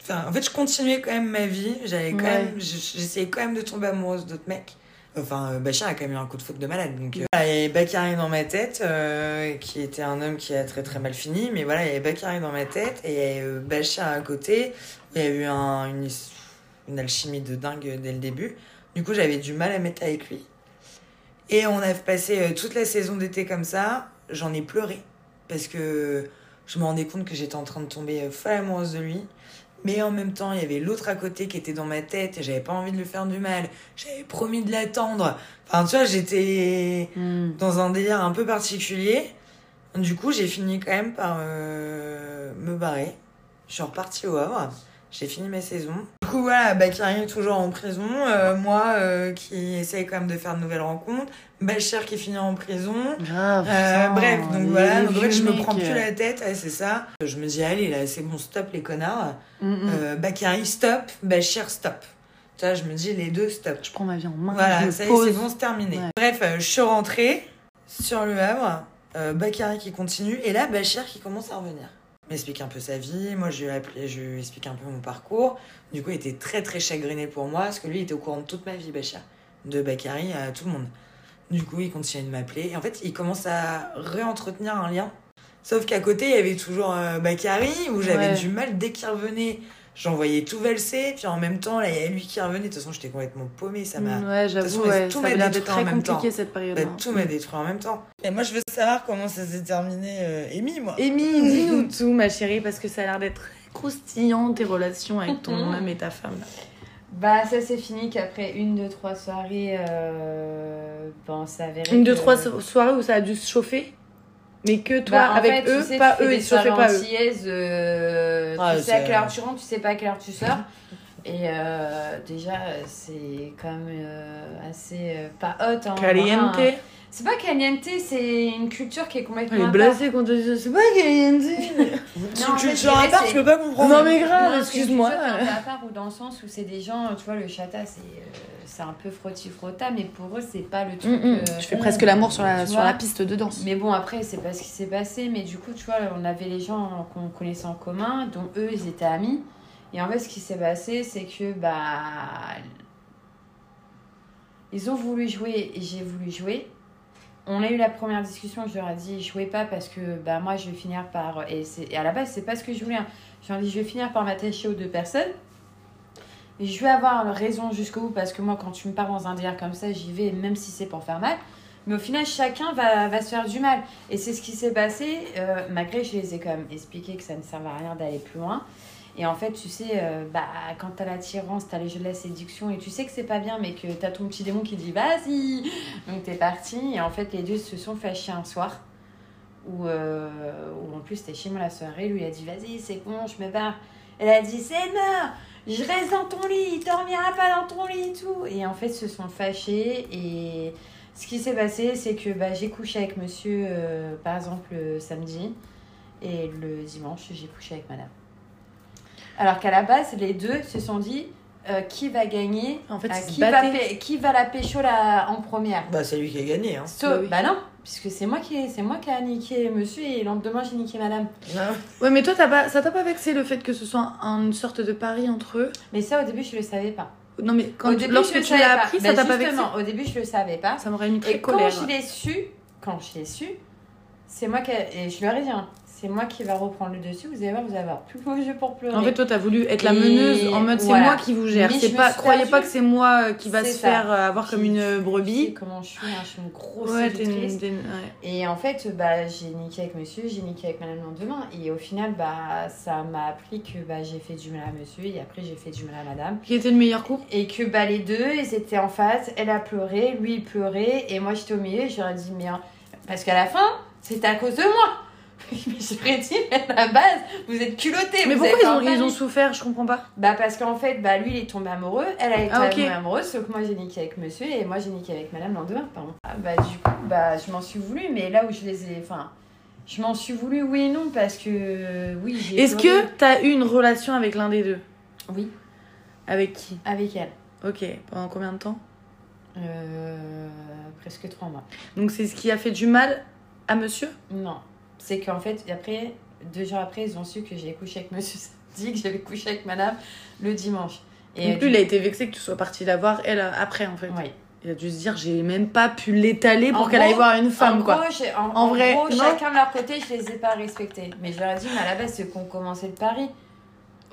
Speaker 3: Enfin, en fait, je continuais quand même ma vie. J'avais quand
Speaker 1: Ouais.
Speaker 3: même... je- J'essayais quand même de tomber amoureuse d'autres mecs. Enfin, euh, Bachir a quand même eu un coup de faute de malade. Donc, euh, voilà, il y avait Bakary dans ma tête, euh, qui était un homme qui a très très mal fini. Mais voilà, il y avait Bakary dans ma tête et il y avait euh, Bachir à côté. Il y a eu un- une, his- une alchimie de dingue dès le début. Du coup, j'avais du mal à mettre avec lui. Et on a passé euh, toute la saison d'été comme ça. J'en ai pleuré parce que je me rendais compte que j'étais en train de tomber euh, folle amoureuse de lui. Mais en même temps, il y avait l'autre à côté qui était dans ma tête et j'avais pas envie de lui faire du mal. J'avais promis de l'attendre. Enfin, tu vois, j'étais
Speaker 1: Hmm.
Speaker 3: dans un délire un peu particulier. Du coup, j'ai fini quand même par euh, me barrer. Je suis repartie au Havre. J'ai fini ma saison. Du coup, voilà, Bakary est toujours en prison. Euh, moi, euh, qui essaye quand même de faire de nouvelles rencontres. Bachir qui finit en prison.
Speaker 1: Grave.
Speaker 3: Euh,
Speaker 1: putain,
Speaker 3: bref, donc
Speaker 1: les
Speaker 3: voilà, donc en
Speaker 1: vieux
Speaker 3: fait, je me
Speaker 1: mecs. euh,
Speaker 3: prends plus la tête, ouais, c'est ça. Je me dis, allez, là, c'est bon, stop les connards.
Speaker 1: Mm, mm.
Speaker 3: Euh, Bakary, stop. Bachir, stop. Tu vois, je me dis, les deux, stop.
Speaker 1: Je prends ma vie en main. je
Speaker 3: Voilà,
Speaker 1: me
Speaker 3: ça y est,
Speaker 1: pose.
Speaker 3: c'est bon, c'est terminé.
Speaker 1: Ouais.
Speaker 3: Bref, euh, je suis rentrée sur le Havre, euh, Bakary qui continue, et là, Bachir qui commence à revenir. Il m'explique un peu sa vie, moi je lui, ai appelé- je lui explique un peu mon parcours. Du coup, il était très très chagriné pour moi, parce que lui, il était au courant de toute ma vie, Bachir. De Bakary à tout le monde. Du coup, il continue de m'appeler, et en fait, il commence à réentretenir un lien. Sauf qu'à côté, il y avait toujours euh, Bakary, où j'avais
Speaker 1: Ouais.
Speaker 3: du mal dès qu'il revenait. J'envoyais tout valser, puis en même temps, là, il y a lui qui revenait. De toute façon, j'étais complètement paumée, ça m'a.
Speaker 1: Mm, Ouais,
Speaker 3: façon,
Speaker 1: j'avoue,
Speaker 3: ils-
Speaker 1: ouais.
Speaker 3: tout
Speaker 1: Ça
Speaker 3: m'a
Speaker 1: avait l'air
Speaker 3: détruit
Speaker 1: d'être
Speaker 3: en
Speaker 1: très
Speaker 3: même
Speaker 1: compliqué
Speaker 3: temps.
Speaker 1: cette période. hein.
Speaker 3: Bah, tout m'a détruit en même temps. Et moi, je veux savoir comment ça s'est terminé, euh, Amy, moi.
Speaker 1: Amy, dis-nous Mm-hmm. tout, ma chérie, parce que ça a l'air d'être croustillant tes relations avec ton homme et ta femme.
Speaker 2: Bah, ça c'est fini qu'après une, deux, trois soirées, euh, bon, ça avérait.
Speaker 1: Une, deux,
Speaker 2: que-
Speaker 1: trois so- soirées où ça a dû se chauffer, mais que toi,
Speaker 2: Bah, en
Speaker 1: avec
Speaker 2: fait,
Speaker 1: eux,
Speaker 2: tu sais,
Speaker 1: pas
Speaker 2: tu fais
Speaker 1: eux,
Speaker 2: des
Speaker 1: ils se chauffaient
Speaker 2: soirées
Speaker 1: pas eux.
Speaker 2: antillaises, euh,
Speaker 3: Ah,
Speaker 2: tu sais à
Speaker 3: c'est-
Speaker 2: quelle heure tu rentres, tu sais pas à quelle heure tu sors. Et euh, déjà, euh, c'est quand même euh, assez euh, pas hot. Hein,
Speaker 1: Caliente.
Speaker 2: hein. C'est pas caliente, c'est une culture qui est complètement.
Speaker 1: Elle est
Speaker 2: à part.
Speaker 1: blasée quand on dit ça, c'est pas caliente.
Speaker 3: C'est
Speaker 2: en
Speaker 3: une
Speaker 2: fait,
Speaker 3: culture
Speaker 2: je
Speaker 3: à
Speaker 2: dirais,
Speaker 3: part,
Speaker 2: c'est-
Speaker 3: je peux pas comprendre.
Speaker 1: Non mais grave,
Speaker 2: Non,
Speaker 1: excuse-moi.
Speaker 2: C'est une culture qui est un peu à part ou dans le sens où c'est des gens, euh, tu vois, le chata, c'est euh, c'est un peu frotti-frotta, mais pour eux, c'est pas le truc.
Speaker 1: Mm, mm.
Speaker 2: euh,
Speaker 1: Je fais presque l'amour sur la,
Speaker 2: tu
Speaker 1: sur la
Speaker 2: vois.
Speaker 1: piste de danse.
Speaker 2: Mais bon, après, c'est pas ce qui s'est passé. Mais du coup, tu vois, on avait les gens qu'on connaissait en commun, dont eux, ils étaient amis. Et en fait, ce qui s'est passé, c'est que, bah. Ils ont voulu jouer et j'ai voulu jouer. On a eu la première discussion, je leur ai dit, jouez pas parce que bah, moi je vais finir par. Et, c'est- et à la base, c'est pas ce que je voulais. hein. Je leur ai dit, je vais finir par m'attacher aux deux personnes. Et je vais avoir raison jusqu'au bout parce que moi, quand tu me pars dans un délire comme ça, j'y vais, même si c'est pour faire mal. Mais au final, chacun va, va se faire du mal. Et c'est ce qui s'est passé, euh, malgré que je les ai quand même expliqué que ça ne servait à rien d'aller plus loin. Et en fait, tu sais, euh, bah, quand t'as l'attirance, t'as les jeux de la séduction, et tu sais que c'est pas bien, mais que t'as ton petit démon qui dit vas-y Donc t'es parti, et en fait, les deux se sont fâchés un soir, où, euh, où en plus t'es chez moi la soirée, lui il a dit vas-y, c'est bon, je me barre. Elle a dit c'est mort je reste dans ton lit, il dormira pas dans ton lit et tout. Et en fait, se sont fâchés. Et ce qui s'est passé, c'est que bah, j'ai couché avec monsieur, euh, par exemple, le samedi. Et le dimanche, j'ai couché avec madame. Alors qu'à la base, les deux se sont dit euh, qui va gagner
Speaker 1: En fait,
Speaker 2: à
Speaker 1: ils se
Speaker 2: qui, va
Speaker 1: battaient.
Speaker 2: pé- qui va la pécho la, en première
Speaker 3: Bah, c'est lui qui a gagné, hein.
Speaker 2: Sauf-
Speaker 1: Bah oui.
Speaker 2: bah non, puisque c'est moi qui c'est moi qui a niqué monsieur et le lendemain j'ai niqué madame.
Speaker 3: Ah
Speaker 1: Ouais, mais toi, t'as pas, ça t'a pas vexé le fait que ce soit un- une sorte de pari entre eux
Speaker 2: Mais ça au début je le savais pas.
Speaker 1: Non, mais quand
Speaker 2: au
Speaker 1: tu-
Speaker 2: début, je
Speaker 1: lorsque
Speaker 2: le
Speaker 1: tu
Speaker 2: savais
Speaker 1: l'as
Speaker 2: pas.
Speaker 1: appris,
Speaker 2: Bah,
Speaker 1: ça t'a pas vexé
Speaker 2: justement, Au début je le savais pas.
Speaker 1: Ça m'aurait mis très
Speaker 2: Et quand
Speaker 1: colère.
Speaker 2: je l'ai su, quand je l'ai su, c'est moi qui. Et je leur ai dit, hein, c'est moi qui va reprendre le dessus, vous allez voir, vous allez avoir plus beau jeu pour pleurer.
Speaker 1: En fait, toi, t'as voulu être la
Speaker 2: Et
Speaker 1: meneuse en mode c'est
Speaker 2: voilà.
Speaker 1: moi qui vous gère.
Speaker 2: Mais
Speaker 1: C'est
Speaker 2: je me
Speaker 1: pas,
Speaker 2: suis
Speaker 1: croyez pas
Speaker 2: perdue.
Speaker 1: que c'est moi euh, qui va
Speaker 2: C'est
Speaker 1: se
Speaker 2: ça.
Speaker 1: faire euh, avoir comme
Speaker 2: Puis,
Speaker 1: une euh,
Speaker 2: tu sais
Speaker 1: brebis.
Speaker 2: comment je suis, hein, je suis une grosse
Speaker 1: Ouais, t'es une-
Speaker 2: séductrice.
Speaker 1: t'es une- ouais.
Speaker 2: Et en fait, bah, j'ai niqué avec monsieur, j'ai niqué avec madame le lendemain. Et au final, bah, ça m'a appris que bah, j'ai fait du mal à monsieur et après j'ai fait du mal à madame.
Speaker 1: Qui était le meilleur couple
Speaker 2: Et que bah, les deux, ils étaient en face, elle a pleuré, lui il pleurait, et moi j'étais au milieu, et j'aurais dit, mais. hein, Parce qu'à la fin, c'était à cause de moi! Mais j'aurais dit, mais à la base, vous êtes culottés!
Speaker 1: Mais
Speaker 2: vous
Speaker 1: pourquoi
Speaker 2: avez
Speaker 1: ils ont,
Speaker 2: pas un
Speaker 1: ils ont
Speaker 2: mari.
Speaker 1: souffert Je comprends pas.
Speaker 2: Bah, parce qu'en fait, bah, lui il est tombé amoureux, elle a été
Speaker 1: Ah, ok.
Speaker 2: tombée amoureuse, sauf que moi j'ai niqué avec monsieur, et moi j'ai niqué avec madame le lendemain, pardon. Ah, bah, du coup, bah, je m'en suis voulu, mais là où je les ai. Enfin, je m'en suis voulu, oui et non, parce que. Oui, j'ai.
Speaker 1: Est-ce
Speaker 2: pleuré.
Speaker 1: que t'as eu une relation avec l'un des deux
Speaker 2: Oui,
Speaker 1: Avec qui
Speaker 2: avec elle.
Speaker 1: Ok, pendant combien de temps
Speaker 2: Euh, presque trois mois.
Speaker 1: Donc, c'est ce qui a fait du mal à monsieur
Speaker 2: Non. C'est qu'en fait, après, deux jours après, ils ont su que j'ai couché avec monsieur samedi, que j'avais couché avec madame le dimanche.
Speaker 1: Donc lui, il a été vexé que tu sois partie la voir, elle, après, en fait.
Speaker 2: Oui.
Speaker 1: Il a dû se dire, j'ai même pas pu l'étaler pour
Speaker 2: En
Speaker 1: qu'elle
Speaker 2: gros-
Speaker 1: aille voir une femme,
Speaker 2: en
Speaker 1: quoi.
Speaker 2: Gros, j'ai- en,
Speaker 1: En
Speaker 2: en
Speaker 1: vrai,
Speaker 2: gros,
Speaker 1: non
Speaker 2: chacun de leur côté, je les ai pas respectés. Mais je leur ai dit, mais à la base, c'est qu'on commençait le pari.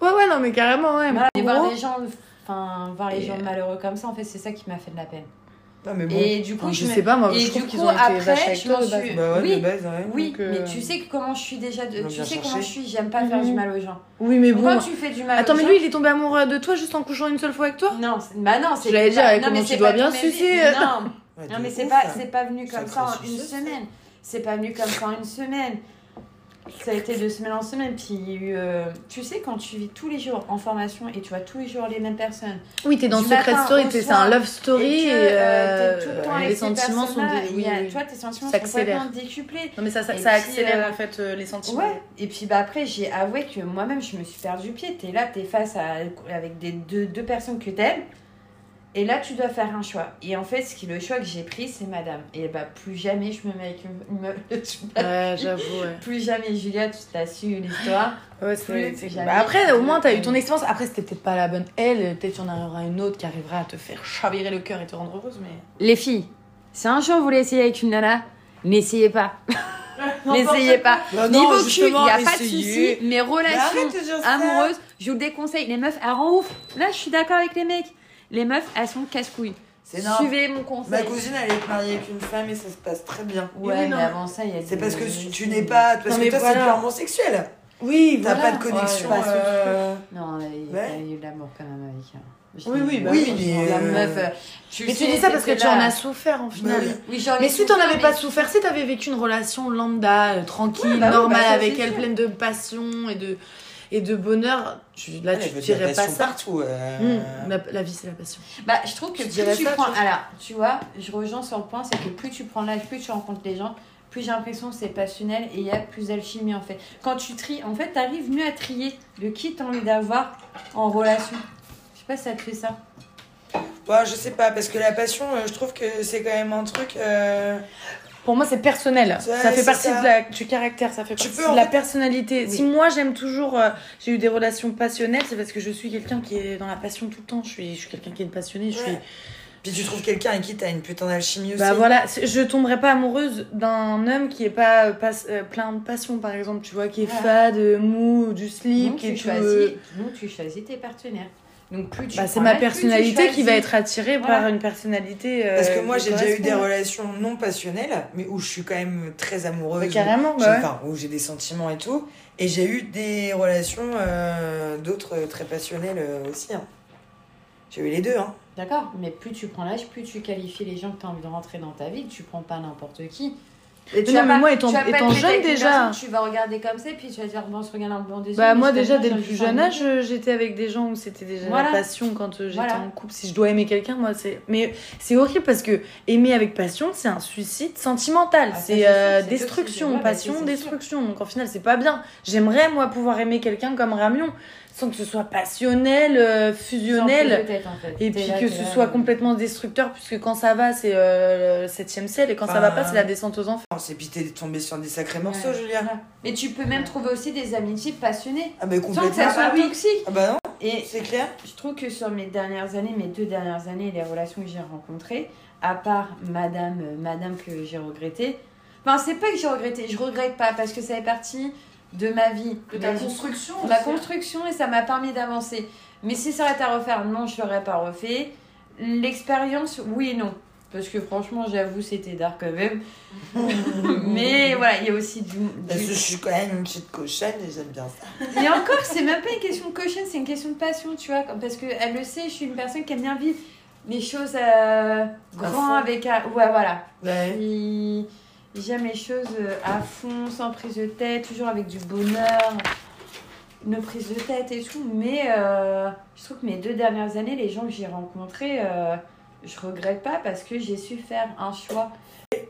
Speaker 1: Ouais, ouais, non, mais carrément, ouais.
Speaker 2: Voilà,
Speaker 1: Ah, mais
Speaker 2: et
Speaker 1: en
Speaker 2: voir
Speaker 1: gros-
Speaker 2: des gens, enfin, voir les
Speaker 1: Et-
Speaker 2: gens malheureux comme ça, en fait, c'est ça qui m'a fait de la peine.
Speaker 3: Non, mais bon.
Speaker 2: Et du coup,
Speaker 1: Enfin,
Speaker 2: je,
Speaker 1: je
Speaker 2: me-
Speaker 1: sais pas, moi,
Speaker 2: et
Speaker 1: je
Speaker 2: du
Speaker 1: trouve qu'ils
Speaker 2: coup,
Speaker 1: ont été
Speaker 2: après,
Speaker 1: vaches avec
Speaker 2: je
Speaker 1: toi,
Speaker 2: m'en
Speaker 1: de base.
Speaker 2: suis-
Speaker 3: Bah ouais,
Speaker 2: oui.
Speaker 3: de base, ouais.
Speaker 2: Oui,
Speaker 1: Donc, euh,
Speaker 2: mais tu sais que comment je suis déjà. de-
Speaker 3: On
Speaker 2: Tu
Speaker 3: vient
Speaker 2: sais comment
Speaker 3: chercher.
Speaker 2: je suis, j'aime pas faire du
Speaker 1: Mhm.
Speaker 2: mal aux gens.
Speaker 1: Oui, mais bon.
Speaker 2: Quand tu fais du mal
Speaker 1: Attends,
Speaker 2: aux
Speaker 1: mais
Speaker 2: gens-
Speaker 1: lui, il est tombé amoureux de toi juste en couchant une seule fois avec toi
Speaker 2: Non, c'est- bah non, c'est.
Speaker 1: J'allais dire,
Speaker 2: pas-
Speaker 1: avec
Speaker 2: non,
Speaker 1: comment
Speaker 2: mais
Speaker 1: tu
Speaker 2: c'est
Speaker 1: dois
Speaker 2: pas
Speaker 1: bien
Speaker 2: tous mes-
Speaker 1: sucer.
Speaker 2: Non,
Speaker 3: Ouais,
Speaker 2: non
Speaker 3: de
Speaker 2: mais c'est
Speaker 3: ouf, hein.
Speaker 2: pas,
Speaker 3: ça.
Speaker 2: c'est pas venu comme
Speaker 3: Ça
Speaker 2: ça
Speaker 3: te
Speaker 2: en
Speaker 3: fait
Speaker 2: une
Speaker 3: sucer, ça.
Speaker 2: semaine. C'est pas venu comme ça en une semaine. Ça a été de semaine en semaine. Puis il y a eu, euh, tu sais, quand tu vis tous les jours en formation et tu vois tous les jours les mêmes personnes.
Speaker 1: Oui, t'es dans
Speaker 2: Du
Speaker 1: Secret
Speaker 2: matin
Speaker 1: Story,
Speaker 2: au
Speaker 1: t'es- c'est
Speaker 2: soir.
Speaker 1: un love story
Speaker 2: et
Speaker 1: et,
Speaker 2: que,
Speaker 1: euh,
Speaker 2: t'es tout le temps avec
Speaker 1: les
Speaker 2: ces
Speaker 1: sentiments sont
Speaker 2: personnes-là,
Speaker 1: des.
Speaker 2: il
Speaker 1: oui,
Speaker 2: y a-
Speaker 1: oui.
Speaker 2: Tu vois, tes sentiments sont
Speaker 1: S'accélèrent.
Speaker 2: complètement décuplés.
Speaker 1: Non, mais ça, ça,
Speaker 2: Et
Speaker 1: ça
Speaker 2: puis,
Speaker 1: accélère
Speaker 2: euh,
Speaker 1: en fait euh, les sentiments.
Speaker 2: Ouais, et puis bah après j'ai avoué que moi-même je me suis perdu pied. T'es là, t'es face à, avec des, deux, deux personnes que t'aimes, et là tu dois faire un choix. Et en fait, ce qui, le choix que j'ai pris, c'est madame. Et bah plus jamais je me mets avec une une meuf. tu vois.
Speaker 1: Ouais, j'avoue, ouais.
Speaker 2: Plus jamais Julia, tu t'as su l'histoire.
Speaker 1: Ouais,
Speaker 2: Plus
Speaker 1: c'est- c'est-
Speaker 2: jamais
Speaker 1: bah après, au
Speaker 2: je-
Speaker 1: moins, t'as eu ton expérience. Après, c'était peut-être pas la bonne. Elle, peut-être y en aura une autre qui arrivera à te faire chavirer le cœur et te rendre heureuse, mais.
Speaker 2: Les filles, si un jour vous voulez essayer avec une nana, n'essayez pas. n'essayez pas.
Speaker 3: Bah non,
Speaker 2: Niveau cul, il
Speaker 3: justement,
Speaker 2: n'y a pas de
Speaker 3: essayez.
Speaker 2: souci. Mais
Speaker 3: Mais
Speaker 2: relations,
Speaker 3: arrête de dire ça.
Speaker 2: amoureuse, je vous le déconseille. Les meufs, elles rendent ouf. Là, je suis d'accord avec les mecs. Les meufs, elles sont casse-couilles.
Speaker 3: C'est énorme.
Speaker 2: Suivez mon
Speaker 3: Ma
Speaker 2: conseil.
Speaker 3: cousine, elle est mariée avec une femme et ça se passe très bien.
Speaker 1: Oui,
Speaker 2: Ouais, mais
Speaker 1: non.
Speaker 2: avant ça, il y a
Speaker 3: C'est
Speaker 2: des-
Speaker 3: parce que tu, tu n'es pas. Parce
Speaker 1: Non,
Speaker 3: que
Speaker 1: mais
Speaker 3: toi, c'est
Speaker 1: voilà.
Speaker 3: purement sexuel.
Speaker 1: Oui,
Speaker 3: T'as
Speaker 1: voilà.
Speaker 3: pas de
Speaker 2: Ouais,
Speaker 3: connexion.
Speaker 2: parce que-
Speaker 3: euh,
Speaker 2: Non, il y a-
Speaker 3: Ouais.
Speaker 2: il y a eu de l'amour quand même avec elle. Je
Speaker 1: Oui,
Speaker 2: dis,
Speaker 1: oui, bah
Speaker 2: ouais,
Speaker 3: oui, mais,
Speaker 2: la
Speaker 3: euh,
Speaker 2: meuf. euh,
Speaker 1: Mais tu
Speaker 2: sais,
Speaker 1: dis ça parce que
Speaker 2: t'es
Speaker 1: tu
Speaker 2: là. Bah
Speaker 1: en as souffert en final.
Speaker 3: Bah oui.
Speaker 2: Oui, j'en ai
Speaker 1: Mais si t'en avais
Speaker 2: souffert,
Speaker 1: pas
Speaker 2: mais-
Speaker 1: souffert, si t'avais vécu une relation lambda, euh, tranquille,
Speaker 3: Ouais, bah oui,
Speaker 1: normale
Speaker 3: bah ça,
Speaker 1: avec
Speaker 3: c'est
Speaker 1: elle,
Speaker 3: sûr.
Speaker 1: pleine de passion et de, et de bonheur, tu, là
Speaker 3: Ouais,
Speaker 1: tu
Speaker 3: je veux dire,
Speaker 1: dirais
Speaker 3: elles
Speaker 1: pas
Speaker 3: sont
Speaker 1: ça.
Speaker 3: partout. euh,
Speaker 2: Hmm,
Speaker 1: Mmh, la, la vie c'est la passion.
Speaker 2: Bah, je trouve que
Speaker 1: Je
Speaker 2: plus
Speaker 1: dirais
Speaker 2: tu
Speaker 1: ça,
Speaker 2: prends.
Speaker 1: tu vois.
Speaker 2: Alors, tu vois, je rejoins sur le point, c'est que plus tu prends l'âge, plus tu rencontres les gens, plus j'ai l'impression que c'est passionnel et il y a plus d'alchimie en fait. Quand tu tries, en fait, t'arrives mieux à trier de qui t'as envie d'avoir en relation. Je sais pas si ça te fait ça.
Speaker 3: Ouais, Bah, je sais pas, parce que la passion, euh, je trouve que c'est quand même un truc. euh,
Speaker 1: Pour moi c'est personnel, ça,
Speaker 3: Ouais,
Speaker 1: fait
Speaker 3: c'est
Speaker 1: partie
Speaker 3: ça.
Speaker 1: de la- du caractère, ça fait
Speaker 3: Tu
Speaker 1: partie
Speaker 3: peux, en
Speaker 1: de la
Speaker 3: fait-
Speaker 1: personnalité.
Speaker 3: Oui.
Speaker 1: Si moi j'aime toujours, euh, j'ai eu des relations passionnelles, c'est parce que je suis quelqu'un qui est dans la passion tout le temps. Je suis, je suis quelqu'un qui est passionné, je suis
Speaker 3: ouais. Puis tu trouves quelqu'un avec qui t'as une putain d'alchimie aussi.
Speaker 1: Bah voilà, c'est- je tomberais pas amoureuse d'un homme qui est pas, euh, pas- euh, plein de passion par exemple, tu vois, qui est
Speaker 2: Ouais.
Speaker 1: fade, euh, mou, du slip,
Speaker 2: Donc
Speaker 1: qui est tout,
Speaker 2: tu, choisis,
Speaker 1: euh,
Speaker 2: donc, tu choisis tes partenaires. Donc, plus tu
Speaker 1: Bah, c'est
Speaker 2: prends
Speaker 1: ma
Speaker 2: l'âge, plus tu
Speaker 1: personnalité qui va
Speaker 2: choisis.
Speaker 1: être attirée
Speaker 2: Voilà.
Speaker 1: par une personnalité. euh,
Speaker 3: Parce que moi,
Speaker 1: qui
Speaker 3: j'ai déjà eu des
Speaker 1: correspond.
Speaker 3: relations non passionnelles, mais où je suis quand même très amoureuse.
Speaker 1: Ouais,
Speaker 3: où
Speaker 1: carrément,
Speaker 3: j'ai-
Speaker 1: bah ouais.
Speaker 3: enfin, où j'ai des sentiments et tout. Et j'ai eu des relations euh, d'autres euh, très passionnelles euh, aussi. hein. J'ai eu les deux. Hein.
Speaker 2: D'accord, mais plus tu prends l'âge, plus tu qualifies les gens que tu as envie de rentrer dans ta vie. Tu prends pas n'importe qui. Et
Speaker 1: non,
Speaker 2: vas
Speaker 1: mais moi, étant-
Speaker 2: tu vas pas
Speaker 1: étant
Speaker 2: te mettre
Speaker 1: jeune,
Speaker 2: avec une
Speaker 1: déjà-
Speaker 2: personne, Tu vas regarder comme ça, puis tu vas dire, bon, on se regarde un peu en désir.
Speaker 1: Bah moi déjà dès le plus jeune âge euh, j'étais avec des gens où c'était déjà
Speaker 2: Voilà.
Speaker 1: la passion quand euh, j'étais
Speaker 2: Voilà.
Speaker 1: en couple si je dois aimer quelqu'un moi c'est mais c'est horrible parce que aimer avec passion c'est un suicide sentimental
Speaker 2: Ah, ça, c'est
Speaker 1: c'est
Speaker 2: sûr,
Speaker 1: euh,
Speaker 2: c'est
Speaker 1: destruction
Speaker 2: toxique. Ouais,
Speaker 1: passion
Speaker 2: bah, c'est- c'est sûr.
Speaker 1: destruction donc en final c'est pas bien j'aimerais moi pouvoir aimer quelqu'un comme Ramion sans que ce soit passionnel euh, fusionnel et puis que ce soit complètement destructeur puisque quand ça va c'est euh, le septième ciel et quand ça va pas c'est la descente aux enfers
Speaker 3: Oh, c'est puis t'es tombé sur des sacrés morceaux,
Speaker 2: Ouais.
Speaker 3: Julia.
Speaker 2: Mais tu peux même trouver aussi des amitiés passionnées.
Speaker 3: Ah, bah
Speaker 2: Sans
Speaker 3: complètement.
Speaker 2: que ça soit
Speaker 3: Ah, bah,
Speaker 2: toxique.
Speaker 3: ah bah non,
Speaker 2: Et
Speaker 3: c'est clair.
Speaker 2: je trouve que sur mes dernières années, mes deux dernières années, les relations que j'ai rencontrées, à part madame, euh, madame que j'ai regretté, enfin, c'est pas que j'ai regretté, je regrette pas parce que ça est parti de ma vie. Mais-
Speaker 1: construction hein.
Speaker 2: la construction et ça m'a permis d'avancer. Mais si ça aurait été à refaire, non, je l'aurais pas refait. L'expérience, oui et non. Parce que franchement, j'avoue, c'était dark quand même. Mais voilà, il y a aussi du.
Speaker 3: Parce que
Speaker 2: du-
Speaker 3: je suis quand même une petite cochonne et j'aime bien ça.
Speaker 2: Et encore, c'est même pas une question de cochonne, c'est une question de passion, tu vois. Parce que elle le sait, je suis une personne qui aime bien vivre les choses euh,
Speaker 3: fond.
Speaker 2: grand avec. un- Ouais, voilà.
Speaker 3: Ouais.
Speaker 2: Puis, J'aime les choses euh, à fond, sans prise de tête, toujours avec du bonheur, nos prises de tête et tout. Mais euh, je trouve que mes deux dernières années, les gens que j'ai rencontrés, euh, je regrette pas parce que j'ai su faire un choix.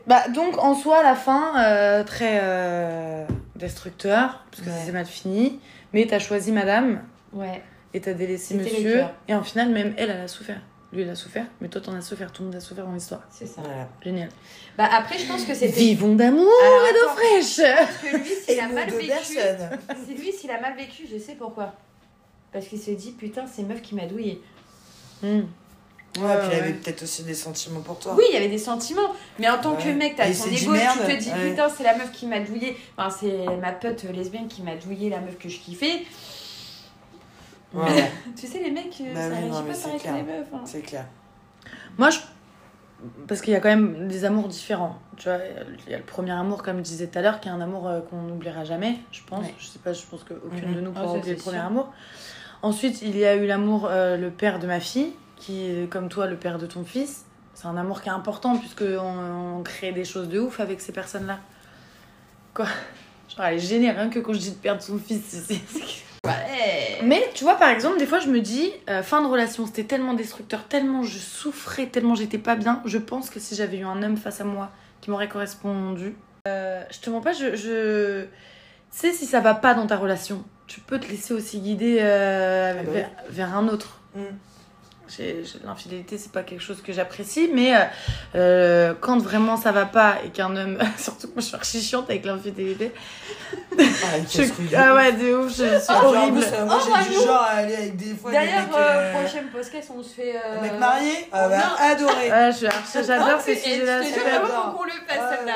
Speaker 1: Bah donc en soi à la fin euh, très euh, destructeur parce que
Speaker 2: Ouais.
Speaker 1: c'est mal fini mais t'as choisi madame
Speaker 2: Ouais.
Speaker 1: et t'as délaissé
Speaker 2: C'était le
Speaker 1: monsieur
Speaker 2: cœur.
Speaker 1: et en final même elle elle a souffert lui il a souffert mais toi t'en as souffert tout le monde a souffert dans l'histoire
Speaker 2: C'est ça.
Speaker 3: Voilà.
Speaker 1: génial
Speaker 2: Bah après, je pense que c'était.
Speaker 1: vivons d'amour
Speaker 3: Oh,
Speaker 2: Alors,
Speaker 1: et
Speaker 2: attends,
Speaker 1: d'eau fraîche
Speaker 2: parce que lui, s'il
Speaker 3: Et
Speaker 2: a
Speaker 3: nous,
Speaker 2: mal
Speaker 3: deux
Speaker 2: vécu,
Speaker 3: personnes.
Speaker 2: c'est lui s'il a mal vécu, je sais pourquoi. Parce qu'il se dit putain, c'est meuf qui m'a douillé.
Speaker 1: Hmm.
Speaker 3: Ouais,
Speaker 1: Ouais,
Speaker 3: puis il avait
Speaker 1: ouais.
Speaker 3: peut-être aussi des sentiments pour toi.
Speaker 2: Oui, il y avait des sentiments, mais en tant que
Speaker 3: Ouais.
Speaker 2: mec, t'as
Speaker 3: Et
Speaker 2: ton
Speaker 3: c'est dit
Speaker 2: ego,
Speaker 3: merde,
Speaker 2: tu te dis
Speaker 3: ouais.
Speaker 2: putain, c'est la meuf qui m'a douillé, enfin, c'est ma pote lesbienne qui m'a douillé, la meuf que je kiffais.
Speaker 3: Ouais,
Speaker 2: Tu sais, les mecs, euh,
Speaker 3: Bah
Speaker 2: ça
Speaker 3: oui,
Speaker 2: réagit
Speaker 3: non, mais
Speaker 2: pas
Speaker 3: c'est
Speaker 2: pareil que
Speaker 3: clair.
Speaker 2: les meufs. hein.
Speaker 3: c'est clair.
Speaker 1: Moi, je... parce qu'il y a quand même des amours différents. Tu vois, il y a le premier amour, comme je disais tout à l'heure, qui est un amour euh, qu'on n'oubliera jamais, je pense.
Speaker 2: Ouais.
Speaker 1: Je sais pas, je pense qu'aucune
Speaker 3: Mhm.
Speaker 1: de nous
Speaker 2: Ah,
Speaker 1: pourra
Speaker 2: ça,
Speaker 1: oublier le
Speaker 2: c'est
Speaker 1: premier
Speaker 2: sûr.
Speaker 1: amour. Ensuite, il y a eu l'amour, euh, le père de ma fille, qui est euh, comme toi le père de ton fils. C'est un amour qui est important, puisqu'on on crée des choses de ouf avec ces personnes-là. Quoi Genre, elle est géniale, rien que quand je dis de perdre son fils, c'est- c'est
Speaker 2: Ouais.
Speaker 1: mais tu vois, par exemple, des fois, je me dis, euh, fin de relation, c'était tellement destructeur, tellement je souffrais, tellement j'étais pas bien. Je pense que si j'avais eu un homme face à moi qui m'aurait correspondu, euh, je te mens pas, je, je... Tu sais, si ça va pas dans ta relation, tu peux te laisser aussi guider euh,
Speaker 3: Ah bah
Speaker 1: vers, vers un autre.
Speaker 3: Mm.
Speaker 1: J'ai- j'ai- L'infidélité, c'est pas quelque chose que j'apprécie, mais euh, euh, quand vraiment ça va pas et qu'un homme, surtout que moi je suis archi chiante avec l'infidélité,
Speaker 3: Ah, une
Speaker 1: je-
Speaker 3: casse-couille de
Speaker 1: ah
Speaker 3: ouf.
Speaker 1: ouais, de ouf, je suis
Speaker 3: Ah, genre, en
Speaker 1: horrible.
Speaker 3: plus, euh, Moi,
Speaker 2: Oh,
Speaker 3: j'ai du
Speaker 2: Manon.
Speaker 3: genre à aller avec des fois
Speaker 2: D'ailleurs,
Speaker 3: des mecs,
Speaker 2: euh,
Speaker 3: euh,
Speaker 2: prochaine podcast, on se fait. euh,
Speaker 3: des mecs mariés. Ah bah,
Speaker 2: non.
Speaker 3: adoré.
Speaker 1: Ouais, Ah, je suis archi- j'adore
Speaker 2: non,
Speaker 1: ce
Speaker 2: mais- eh,
Speaker 1: sujet-là.
Speaker 2: Je
Speaker 1: c'est
Speaker 2: te jure,
Speaker 1: pas-
Speaker 3: j'adore.
Speaker 2: vraiment, faut qu'on le fasse,
Speaker 3: Ouais.
Speaker 2: celle-là.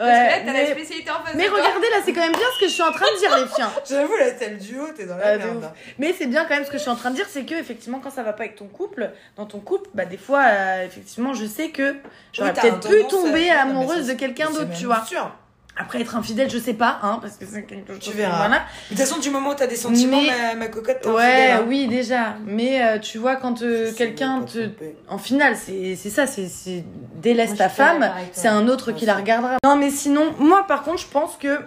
Speaker 2: Parce que là,
Speaker 1: Ouais,
Speaker 2: t'as la
Speaker 1: mais,
Speaker 2: spécialité en face
Speaker 1: mais
Speaker 2: de toi.
Speaker 1: regardez là, c'est quand même bien ce que je suis en train de dire, les fiens.
Speaker 3: J'avoue, là, t'as le duo, t'es dans la
Speaker 1: Ah, de
Speaker 3: merde.
Speaker 1: ouf.
Speaker 3: hein.
Speaker 1: Mais c'est bien quand même ce que je suis en train de dire, c'est que effectivement, quand ça va pas avec ton couple, dans ton couple, bah des fois, euh, effectivement, je sais que j'aurais
Speaker 3: Oui, t'as
Speaker 1: peut-être
Speaker 3: un
Speaker 1: pu
Speaker 3: tendance à-
Speaker 1: tomber
Speaker 3: Non, mais
Speaker 1: amoureuse
Speaker 3: ça,
Speaker 1: de quelqu'un
Speaker 3: Mais c'est
Speaker 1: d'autre,
Speaker 3: même
Speaker 1: tu vois.
Speaker 3: sûr.
Speaker 1: Après, être infidèle, je sais pas, hein, parce que c'est quelque chose.
Speaker 3: Tu verras.
Speaker 1: Voilà.
Speaker 3: De toute façon, du moment où t'as des sentiments,
Speaker 1: Mais-
Speaker 3: ma, ma cocotte, t'es
Speaker 1: Ouais,
Speaker 3: infidèle, hein.
Speaker 1: oui, déjà. Mais euh, tu vois, quand euh,
Speaker 3: Si, si,
Speaker 1: quelqu'un
Speaker 3: pas
Speaker 1: te.
Speaker 3: trompé.
Speaker 1: En finale, c'est c'est ça, c'est- c'est
Speaker 2: Moi,
Speaker 1: délaisse
Speaker 2: je
Speaker 1: ta
Speaker 2: suis pas
Speaker 1: femme,
Speaker 2: d'accord avec toi.
Speaker 1: c'est un autre qui la
Speaker 2: Moi
Speaker 1: regardera. Non, mais sinon, moi par contre, je pense que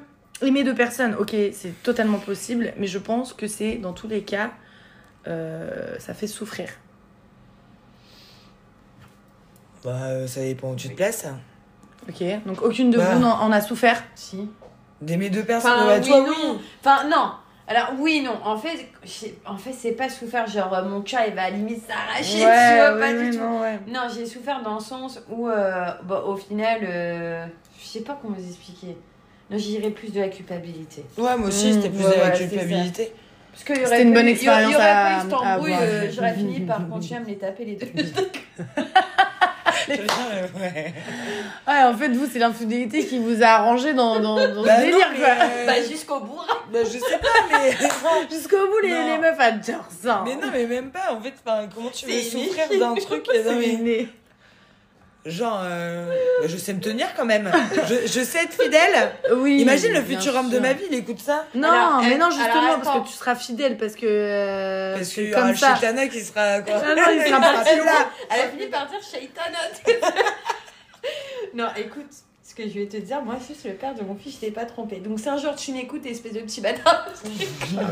Speaker 1: aimer deux personnes, ok, c'est totalement possible, mais je pense que c'est dans tous les cas, euh, ça fait souffrir.
Speaker 3: Bah, euh, ça dépend où tu te places. hein.
Speaker 1: Ok, donc aucune de
Speaker 3: Bah.
Speaker 1: vous n'en en a souffert.
Speaker 2: Si.
Speaker 3: D'aimer deux personnes,
Speaker 2: Enfin,
Speaker 3: bah,
Speaker 2: oui,
Speaker 3: toi,
Speaker 2: non. Enfin, non. Alors, oui, non. En fait, j'ai- en fait c'est pas souffert, genre, euh, mon chat, il va limite
Speaker 1: Ah,
Speaker 2: s'arracher, tu vois, pas du tout.
Speaker 1: non, ouais.
Speaker 2: Non, j'ai souffert dans le sens où, euh, bah, au final, euh, je sais pas comment vous expliquer. Non, j'irais plus de la culpabilité.
Speaker 3: Ouais, moi aussi,
Speaker 1: Mm,
Speaker 3: c'était plus
Speaker 2: ouais,
Speaker 3: de la
Speaker 2: ouais, c'est
Speaker 3: culpabilité.
Speaker 2: Parce qu'il y
Speaker 1: C'était
Speaker 2: aurait
Speaker 1: une
Speaker 2: pas
Speaker 1: bonne
Speaker 2: eu- il y aurait- il
Speaker 1: expérience
Speaker 2: y aurait
Speaker 1: à-
Speaker 2: pas eu cette
Speaker 1: à
Speaker 2: embrouille,
Speaker 1: avoir.
Speaker 2: euh, j'aurais fini par contre, tu vas me les taper les deux.
Speaker 3: Je veux
Speaker 1: euh,
Speaker 3: dire, ouais. Bah,
Speaker 1: Ouais, en fait, vous, c'est l'infidélité qui vous a arrangé dans, dans, dans ce
Speaker 3: Bah non,
Speaker 1: délire,
Speaker 3: mais,
Speaker 1: quoi.
Speaker 3: euh,
Speaker 2: bah, jusqu'au bout.
Speaker 3: bah, je sais pas, mais.
Speaker 1: Jusqu'au bout, les,
Speaker 3: Non.
Speaker 1: les meufs adorent ça. hein.
Speaker 3: mais non, mais même pas. En fait, enfin, comment tu veux
Speaker 2: C'est
Speaker 3: souffrir d'un truc euh, non, mais- Genre, euh, bah, je sais me tenir quand même. Je, je sais être fidèle.
Speaker 1: Oui.
Speaker 3: Imagine le
Speaker 1: bien
Speaker 3: futur homme de
Speaker 1: sûr.
Speaker 3: ma vie, il écoute ça.
Speaker 1: Non,
Speaker 2: Alors,
Speaker 1: mais
Speaker 2: euh,
Speaker 1: non, justement,
Speaker 2: alors, attends.
Speaker 1: parce que tu seras fidèle, parce que. euh,
Speaker 3: Parce qu'il
Speaker 1: c'est
Speaker 3: y aura
Speaker 1: comme
Speaker 3: le
Speaker 1: ça.
Speaker 3: chitana qui sera. Quoi.
Speaker 1: Ah non, il sera pas
Speaker 3: plus là.
Speaker 2: Elle a fini par dire Shaitanote. non, écoute, ce que je vais te dire, moi, juste le père de mon fils, je t'ai pas trompé. Donc, si un jour tu m'écoutes, espèce de petit bâtard,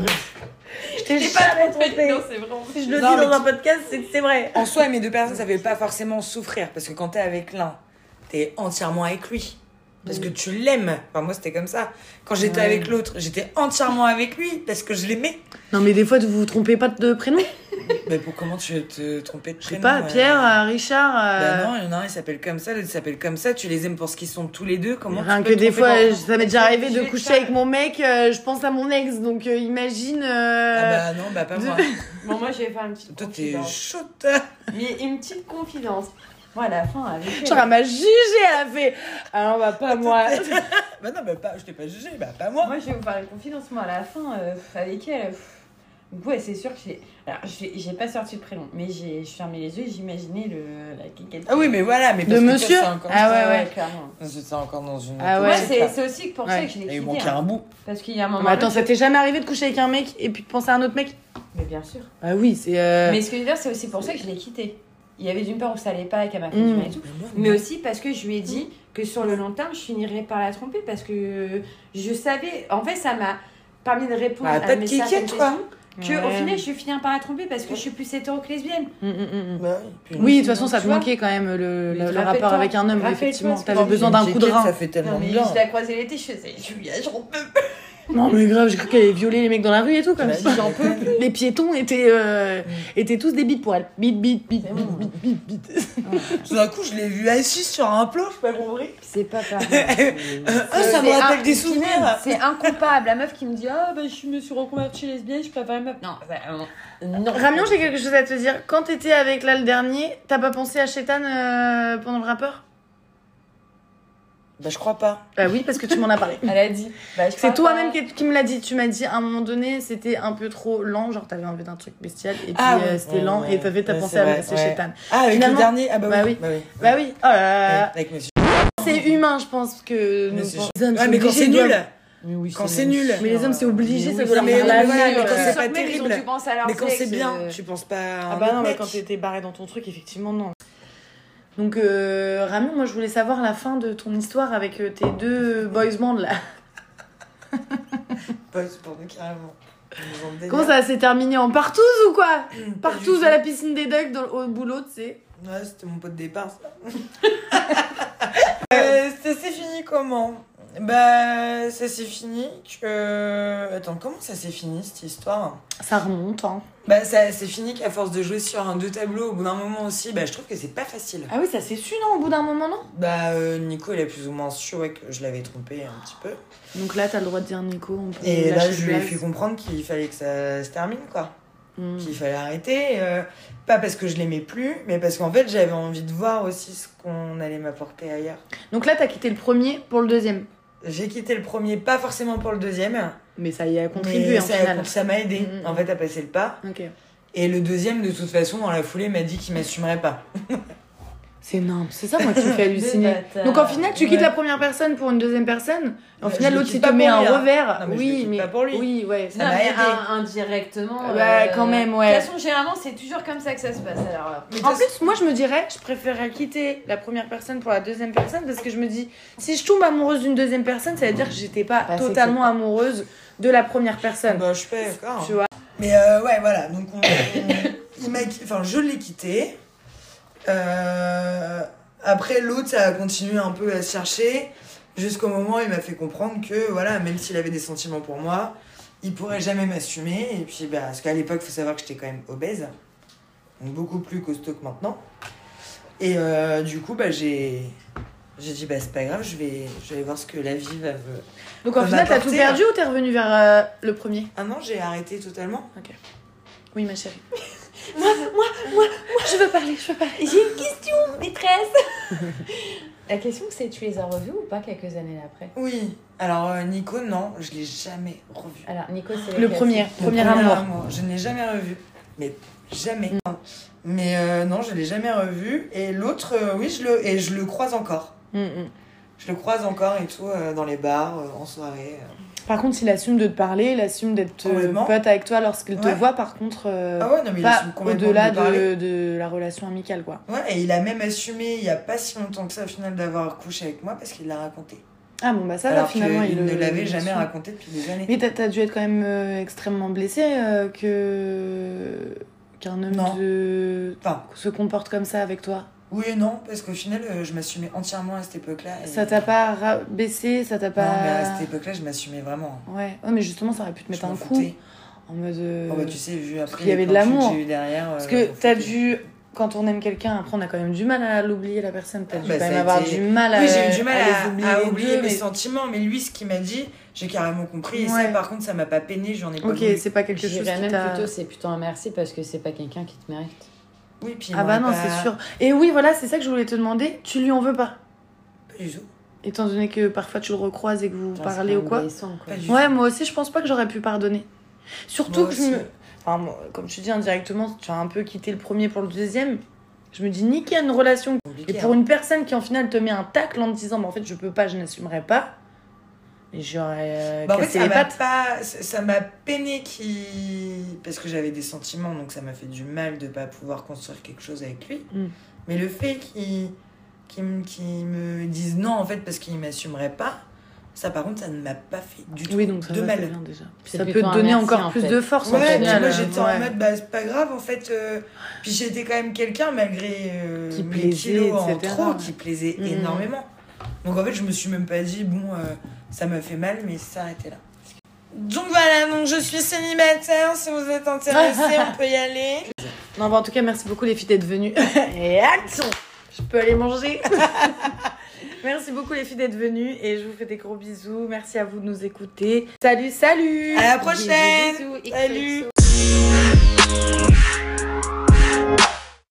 Speaker 1: Je t'ai
Speaker 2: je t'ai
Speaker 1: jamais
Speaker 2: pas
Speaker 1: trompé.
Speaker 2: trompé. Non, c'est vraiment.
Speaker 1: Si je le
Speaker 3: Non,
Speaker 1: dis
Speaker 3: mais
Speaker 1: dans un podcast, c'est que c'est vrai.
Speaker 3: En soi, mes deux personnes, ça fait pas forcément souffrir. Parce que quand t'es avec l'un, t'es entièrement avec lui. Parce que tu l'aimes. Enfin, moi, c'était comme ça. Quand j'étais
Speaker 1: Ouais.
Speaker 3: avec l'autre, j'étais entièrement avec lui parce que je l'aimais.
Speaker 1: Non, mais des fois, vous vous trompez pas de prénom.
Speaker 3: Mais pour comment tu veux te tromper de
Speaker 1: Je sais
Speaker 3: prénom,
Speaker 1: pas,
Speaker 3: euh,
Speaker 1: Pierre, euh, Richard. euh,
Speaker 3: Bah non, il y en a un, il s'appelle comme ça, l'autre il s'appelle comme ça. Tu les aimes pour ce qu'ils sont tous les deux. Comment
Speaker 1: Rien
Speaker 3: tu peux
Speaker 1: que
Speaker 3: te
Speaker 1: des
Speaker 3: tromper
Speaker 1: fois,
Speaker 3: pour-
Speaker 1: je- ça m'est déjà arrivé
Speaker 2: Je
Speaker 1: de
Speaker 2: vais
Speaker 1: coucher
Speaker 2: faire-
Speaker 1: avec mon mec, euh, je pense à mon ex, donc euh, imagine. euh,
Speaker 3: Ah bah non, bah pas
Speaker 1: de-
Speaker 3: moi.
Speaker 2: Bon, moi, je vais faire une petite
Speaker 3: Toi, t'es
Speaker 2: confidence.
Speaker 3: chaude.
Speaker 2: Mais une petite confidence. Moi, à la fin, avec elle,
Speaker 1: Genre, elle m'a jugé, elle a fait. Ah, bah pas moi.
Speaker 3: bah non, bah pas, je t'ai pas jugé, bah pas moi.
Speaker 2: Moi, je vais vous faire une confidence. Moi, à la fin, euh, avec elle, pff, ouais, c'est sûr que j'ai. Alors, j'ai j'ai pas sorti le prénom, mais j'ai je fermais les yeux et j'imaginais le... la quiquette.
Speaker 3: Ah oui, mais voilà, mais parce
Speaker 1: De
Speaker 3: que toi,
Speaker 1: monsieur
Speaker 3: c'est encore-
Speaker 1: Ah ouais, ouais.
Speaker 2: clairement.
Speaker 3: J'étais encore dans une.
Speaker 1: Ah ouais.
Speaker 2: Moi,
Speaker 3: optique, là.
Speaker 2: c'est c'est aussi pour ça
Speaker 1: Ouais.
Speaker 2: que je l'ai
Speaker 3: Et
Speaker 2: quitté.
Speaker 3: il manquait
Speaker 2: hein.
Speaker 3: un bout.
Speaker 2: Parce qu'il y a un moment.
Speaker 1: Mais attends,
Speaker 2: donné-
Speaker 1: ça t'est jamais arrivé de coucher avec un mec et puis de penser à un autre mec
Speaker 2: Mais bien sûr.
Speaker 1: Bah oui, c'est. euh,
Speaker 2: Mais ce que je veux dire, c'est aussi pour ça que je l'ai quitté. Il y avait d'une part où ça allait pas, qu'elle m'a fait
Speaker 1: Mm.
Speaker 2: du mal et tout. Mais aussi parce que je lui ai dit que sur le long terme, je finirais par la tromper parce que je savais. En fait, ça m'a permis de répondre
Speaker 3: Ah, pas
Speaker 2: à
Speaker 3: de
Speaker 2: mes
Speaker 3: quiquette,
Speaker 2: certaines
Speaker 3: quoi.
Speaker 2: questions. Que au
Speaker 1: Ouais.
Speaker 2: final, je vais finir par la tromper parce que je suis plus hétéro que lesbienne.
Speaker 1: Mm, mm, mm.
Speaker 3: Bah oui, puis-
Speaker 1: Oui, de toute façon,
Speaker 2: tu
Speaker 1: ça te
Speaker 2: vois.
Speaker 1: manquait quand même le,
Speaker 2: Mais
Speaker 1: le- le
Speaker 2: rappelle-toi,
Speaker 1: rapport avec un homme,
Speaker 2: rappelle-toi
Speaker 1: effectivement.
Speaker 2: ce que
Speaker 1: T'avais
Speaker 2: tu
Speaker 1: besoin
Speaker 3: Une
Speaker 1: d'un coup de
Speaker 3: jaquette,
Speaker 1: rein.
Speaker 3: Ça fait tellement
Speaker 2: Non, mais
Speaker 3: bien.
Speaker 2: je la croisais l'été, je faisais Julia, j'en peux plus.
Speaker 1: Non, mais grave, j'ai cru qu'elle allait violer les mecs dans la rue et tout, comme
Speaker 3: Ouais.
Speaker 1: si j'en peux plus. Les piétons étaient, euh,
Speaker 3: Mm.
Speaker 1: étaient tous des bites poils. Bite, bite, bite,
Speaker 2: C'est
Speaker 1: bite,
Speaker 2: bon.
Speaker 1: bite, bite, bite.
Speaker 3: Tout d'un coup, je l'ai vu assis sur un plan, je sais pas compris.
Speaker 2: C'est pas pareil.
Speaker 3: Ah, ça me
Speaker 2: C'est
Speaker 3: rappelle
Speaker 2: un-
Speaker 3: des souvenirs.
Speaker 2: C'est incompable. La meuf qui me dit Ah, bah je me suis reconvertie lesbienne, je préfère une meuf. Non, vraiment. Non.
Speaker 1: Ramion, j'ai quelque chose à te dire. Quand t'étais avec là le dernier, t'as pas pensé à Chétan euh, pendant le rappeur
Speaker 3: Bah, je crois pas.
Speaker 1: Bah oui, parce que tu m'en as parlé.
Speaker 2: Elle a dit bah, je
Speaker 1: C'est
Speaker 2: crois
Speaker 1: toi-même
Speaker 2: pas.
Speaker 1: qui, qui me l'a dit. Tu m'as dit à un moment donné, c'était un peu trop lent, genre t'avais envie d'un truc bestial, et puis
Speaker 3: Ah ouais.
Speaker 1: euh, c'était
Speaker 3: Ouais,
Speaker 1: lent,
Speaker 3: ouais,
Speaker 1: et t'as fait- t'as
Speaker 3: ouais,
Speaker 1: pensé
Speaker 3: c'est
Speaker 1: à
Speaker 3: vrai,
Speaker 1: passer
Speaker 3: ouais.
Speaker 1: Chétan.
Speaker 3: Ah, avec
Speaker 1: Finalement-
Speaker 3: le dernier Ah, bah,
Speaker 1: Bah oui.
Speaker 3: oui. Bah oui.
Speaker 1: Bah oui, oh là
Speaker 3: Ouais,
Speaker 1: là.
Speaker 3: Avec monsieur.
Speaker 1: C'est humain, je pense que
Speaker 3: Mais
Speaker 1: nous
Speaker 3: c'est-
Speaker 1: pensons-
Speaker 3: Ouais, mais quand
Speaker 1: obligés
Speaker 3: c'est
Speaker 1: de-
Speaker 3: nul.
Speaker 2: Mais oui,
Speaker 3: Quand c'est nul.
Speaker 1: Mais les hommes, c'est obligé,
Speaker 2: Mais
Speaker 1: ça
Speaker 2: oui,
Speaker 1: doit leur
Speaker 3: mais
Speaker 1: faire
Speaker 3: Euh, oui,
Speaker 1: la
Speaker 3: mais voilà,
Speaker 1: vie,
Speaker 3: mais quand
Speaker 1: euh.
Speaker 3: c'est pas
Speaker 2: Même, ils ont
Speaker 3: terrible.
Speaker 2: dû penser à leur
Speaker 3: Mais quand
Speaker 2: sexe,
Speaker 3: c'est bien,
Speaker 2: euh,
Speaker 3: tu penses pas. à
Speaker 1: Ah
Speaker 3: un
Speaker 1: bah
Speaker 3: autre
Speaker 1: non, mais
Speaker 3: mec.
Speaker 1: quand t'étais barré dans ton truc, effectivement, non. Donc, euh, Ramion, moi je voulais savoir la fin de ton histoire avec euh, tes deux boys band là.
Speaker 3: Bah, c'est pour nous, carrément. Ils ont des-
Speaker 1: Comment ça s'est terminé en partouze ou quoi
Speaker 3: Pas du
Speaker 1: Partouze
Speaker 3: tout.
Speaker 1: à la piscine des Ducks dans, au boulot, tu sais.
Speaker 3: Ouais, c'était mon pot de départ, ça. Euh, ça s'est fini comment Bah, ça s'est fini que. Attends, comment ça s'est fini cette histoire
Speaker 1: Ça remonte, hein.
Speaker 3: Bah, ça s'est fini qu'à force de jouer sur un deux tableaux, au bout d'un moment aussi, bah, je trouve que c'est pas facile.
Speaker 1: Ah oui, ça s'est su, non, au bout d'un moment, non
Speaker 3: Bah, euh, Nico, il a plus ou moins su ouais, que je l'avais trompé un petit peu.
Speaker 1: Donc là, t'as le droit de dire Nico. on peut
Speaker 3: Et là,
Speaker 1: lâcher
Speaker 3: je lui ai
Speaker 1: le
Speaker 3: fait
Speaker 1: blaze.
Speaker 3: comprendre qu'il fallait que ça se termine, quoi.
Speaker 1: Hmm.
Speaker 3: qu'il fallait arrêter. euh, pas parce que je l'aimais plus, mais parce qu'en fait j'avais envie de voir aussi ce qu'on allait m'apporter ailleurs.
Speaker 1: Donc là, t'as quitté le premier pour le deuxième.
Speaker 3: J'ai quitté le premier, pas forcément pour le deuxième,
Speaker 1: Mais ça y a contribué
Speaker 3: mais
Speaker 1: en
Speaker 3: ça
Speaker 1: final.
Speaker 3: a- ça m'a aidé
Speaker 1: Mhm.
Speaker 3: en fait à passer le pas.
Speaker 1: Ok.
Speaker 3: Et le deuxième, de toute façon, dans la foulée, m'a dit qu'il m'assumerait pas.
Speaker 1: C'est énorme. C'est ça, moi, qui me fait halluciner.
Speaker 2: bâtards.
Speaker 1: Donc, en final, tu quittes
Speaker 3: Ouais.
Speaker 1: la première personne pour une deuxième personne. En
Speaker 3: Ouais,
Speaker 1: final,
Speaker 3: je le
Speaker 1: l'autre,
Speaker 3: quitte
Speaker 1: il
Speaker 3: pas
Speaker 1: te
Speaker 3: pour
Speaker 1: met un
Speaker 3: lui, hein.
Speaker 1: revers.
Speaker 3: Non, mais je le
Speaker 1: oui,
Speaker 3: quitte
Speaker 1: mais.
Speaker 3: pas pour lui.
Speaker 1: Oui, ouais. ça-
Speaker 3: m'a
Speaker 2: Non, mais
Speaker 3: aidé.
Speaker 2: un- indirectement. euh,
Speaker 1: Bah, quand même, ouais.
Speaker 2: De toute façon, généralement, c'est toujours comme ça que ça se passe. Alors, euh.
Speaker 3: Mais
Speaker 1: En
Speaker 3: t'as-
Speaker 1: plus, moi, je me dirais, je préférerais quitter la première personne pour la deuxième personne parce que je me dis, si je tombe amoureuse d'une deuxième personne, ça veut dire que j'étais pas
Speaker 2: Pas assez
Speaker 1: totalement amoureuse de la première personne.
Speaker 3: Bah, je suis pas d'accord.
Speaker 1: tu vois
Speaker 3: Mais euh, ouais, voilà. Donc, on, on- il m'a qui- enfin, je l'ai quitté. Euh, après, l'autre, ça a continué un peu à se chercher. Jusqu'au moment où il m'a fait comprendre que, voilà, même s'il avait des sentiments pour moi, il pourrait jamais m'assumer. Et puis, bah, parce qu'à l'époque, il faut savoir que j'étais quand même obèse. Donc, beaucoup plus costaud que maintenant. Et euh, du coup, bah, j'ai. J'ai dit, bah, c'est pas grave, je vais, je vais voir ce que la vie va me.
Speaker 1: Donc en
Speaker 3: Ça
Speaker 1: final,
Speaker 3: m'a
Speaker 1: t'as tout
Speaker 3: porté,
Speaker 1: perdu ou t'es revenu vers euh, le premier
Speaker 3: Ah non, j'ai arrêté totalement.
Speaker 1: Oui, ma chérie.
Speaker 2: la question, c'est tu les as revus ou pas quelques années après
Speaker 3: Oui. Alors, euh, Nico, non, je l'ai jamais revu.
Speaker 2: Alors, Nico, c'est
Speaker 1: Le
Speaker 2: lequel
Speaker 1: premier,
Speaker 3: Le
Speaker 1: premier amour.
Speaker 3: Je ne l'ai jamais revu. Mais jamais. Mais euh, non, je l'ai jamais revu. Et l'autre, euh, oui, je le, et je le croise encore.
Speaker 1: Mm, mm.
Speaker 3: Je le croise encore et tout euh, dans les bars, euh, en soirée. euh.
Speaker 1: Par contre, il assume de te parler, il assume d'être euh,
Speaker 3: Complètement.
Speaker 1: pote avec toi lorsqu'il te
Speaker 3: Ouais.
Speaker 1: voit, par contre, euh,
Speaker 3: Ah ouais, non, mais il
Speaker 1: pas
Speaker 3: assume complètement
Speaker 1: au-delà
Speaker 3: me parler.
Speaker 1: de, de la relation amicale, quoi.
Speaker 3: Ouais, et il a même assumé, il n'y a pas si longtemps que ça, au final, d'avoir couché avec moi parce qu'il l'a raconté.
Speaker 1: Ah bon, bah ça va,
Speaker 3: Alors qu'il
Speaker 1: finalement.
Speaker 3: ne
Speaker 1: le-
Speaker 3: l'avait
Speaker 1: il
Speaker 3: jamais
Speaker 1: assume.
Speaker 3: raconté depuis des années.
Speaker 1: Mais t'as, t'as dû être quand même euh, extrêmement blessé euh, que qu'un homme
Speaker 3: Non.
Speaker 1: de-
Speaker 3: Enfin,
Speaker 1: se comporte comme ça avec toi.
Speaker 3: oui et non, parce qu'au final, euh, je m'assumais entièrement à cette époque-là. et-
Speaker 1: Ça t'a pas ra- baissé, ça t'a
Speaker 3: Euh. Non,
Speaker 1: pas.
Speaker 3: mais à cette époque-là, je m'assumais vraiment. hein.
Speaker 1: Ouais. Oh, mais justement, ça aurait pu te mettre
Speaker 3: Je m'en
Speaker 1: un
Speaker 3: foutais.
Speaker 1: coup en mode. euh,
Speaker 3: Oh bah, tu sais, vu après
Speaker 1: qu'il y
Speaker 3: les
Speaker 1: avait de
Speaker 3: plans cul que
Speaker 1: l'amour.
Speaker 3: j'ai eu derrière.
Speaker 1: Parce
Speaker 3: euh,
Speaker 1: que
Speaker 3: faut
Speaker 1: t'as
Speaker 3: que-
Speaker 1: dû, quand on aime quelqu'un, après on a quand même du mal à l'oublier la personne. T'as
Speaker 3: Ah,
Speaker 1: dû
Speaker 3: bah,
Speaker 1: quand
Speaker 3: ça
Speaker 1: même
Speaker 3: a
Speaker 1: avoir
Speaker 3: été-
Speaker 1: du mal à.
Speaker 3: Oui, j'ai eu du mal à,
Speaker 1: les oublier,
Speaker 3: à
Speaker 1: les
Speaker 3: oublier
Speaker 1: deux,
Speaker 3: mes
Speaker 1: mais-
Speaker 3: sentiments, mais lui, ce qu'il m'a dit, j'ai carrément compris. Et ça,
Speaker 1: Ouais.
Speaker 3: par contre, ça m'a pas peiné, j'en ai pas voulu.
Speaker 1: Ok, c'est pas quelque
Speaker 2: Je
Speaker 1: chose qui
Speaker 2: dirais même
Speaker 1: t'a-
Speaker 2: plutôt, c'est plutôt un merci parce que c'est pas quelqu'un qui te mérite.
Speaker 3: Oui, puis il
Speaker 1: Ah bah non,
Speaker 3: m'aurait pas-
Speaker 1: c'est sûr. Et oui, voilà, c'est ça que je voulais te demander. Tu lui en veux pas
Speaker 3: Pas du tout.
Speaker 1: Étant donné que parfois tu le recroises et que vous
Speaker 2: Genre, c'est
Speaker 1: parlez
Speaker 2: quand
Speaker 1: ou
Speaker 2: même
Speaker 1: quoi.
Speaker 2: blessant, quoi.
Speaker 3: Pas du
Speaker 1: Ouais, moi aussi, je pense pas que j'aurais pu pardonner. Surtout
Speaker 3: Moi
Speaker 1: que je
Speaker 3: aussi.
Speaker 1: me. Enfin, moi, comme tu dis indirectement, tu as un peu quitté le premier pour le deuxième. Je me dis, ni qu'il y a une relation.
Speaker 3: tout.
Speaker 1: Et pour une personne qui, en final, te met un tacle en te disant, bah, en fait, je peux pas, je n'assumerai pas. Et j'aurais euh,
Speaker 3: Bah, en fait,
Speaker 1: cassé
Speaker 3: ça
Speaker 1: les
Speaker 3: m'a
Speaker 1: pattes.
Speaker 3: pas... ça- ça m'a peiné qui. Parce que j'avais des sentiments, donc ça m'a fait du mal de pas pouvoir construire quelque chose avec lui.
Speaker 1: Mm.
Speaker 3: Mais le fait qu'il qu'il me- qu'il me dise non, en fait, parce qu'il m'assumerait pas, ça, par contre, ça ne m'a pas fait du tout
Speaker 1: Oui, donc ça
Speaker 3: de
Speaker 1: va,
Speaker 3: mal.
Speaker 1: c'est bien déjà.
Speaker 2: C'est
Speaker 1: Ça peut
Speaker 2: plutôt
Speaker 1: te
Speaker 2: un
Speaker 1: donner
Speaker 2: merci,
Speaker 1: encore
Speaker 2: en
Speaker 1: plus
Speaker 2: fait.
Speaker 1: de force en
Speaker 3: Ouais,
Speaker 1: final.
Speaker 3: puis moi j'étais
Speaker 1: Ouais.
Speaker 3: en mode bah c'est pas grave en fait. euh, puis j'étais quand même quelqu'un malgré euh,
Speaker 1: Qui
Speaker 3: mes
Speaker 1: plaisait,
Speaker 3: kilos en
Speaker 1: etc.,
Speaker 3: trop,
Speaker 1: ouais.
Speaker 3: qui plaisait
Speaker 1: Mhm.
Speaker 3: énormément. Donc en fait je me suis même pas dit bon euh, ça m'a fait mal mais ça s'arrêtait là. Donc voilà donc je suis célibataire si vous êtes intéressés on peut y aller.
Speaker 1: Non, bah, en tout cas, merci beaucoup les filles d'être venues. et action Je peux aller manger. merci beaucoup les filles d'être venues et je vous fais des gros bisous. Merci à vous de nous écouter. Salut, salut
Speaker 3: À la prochaine.
Speaker 1: Bisous, bisous,
Speaker 3: Salut.
Speaker 1: XOXO.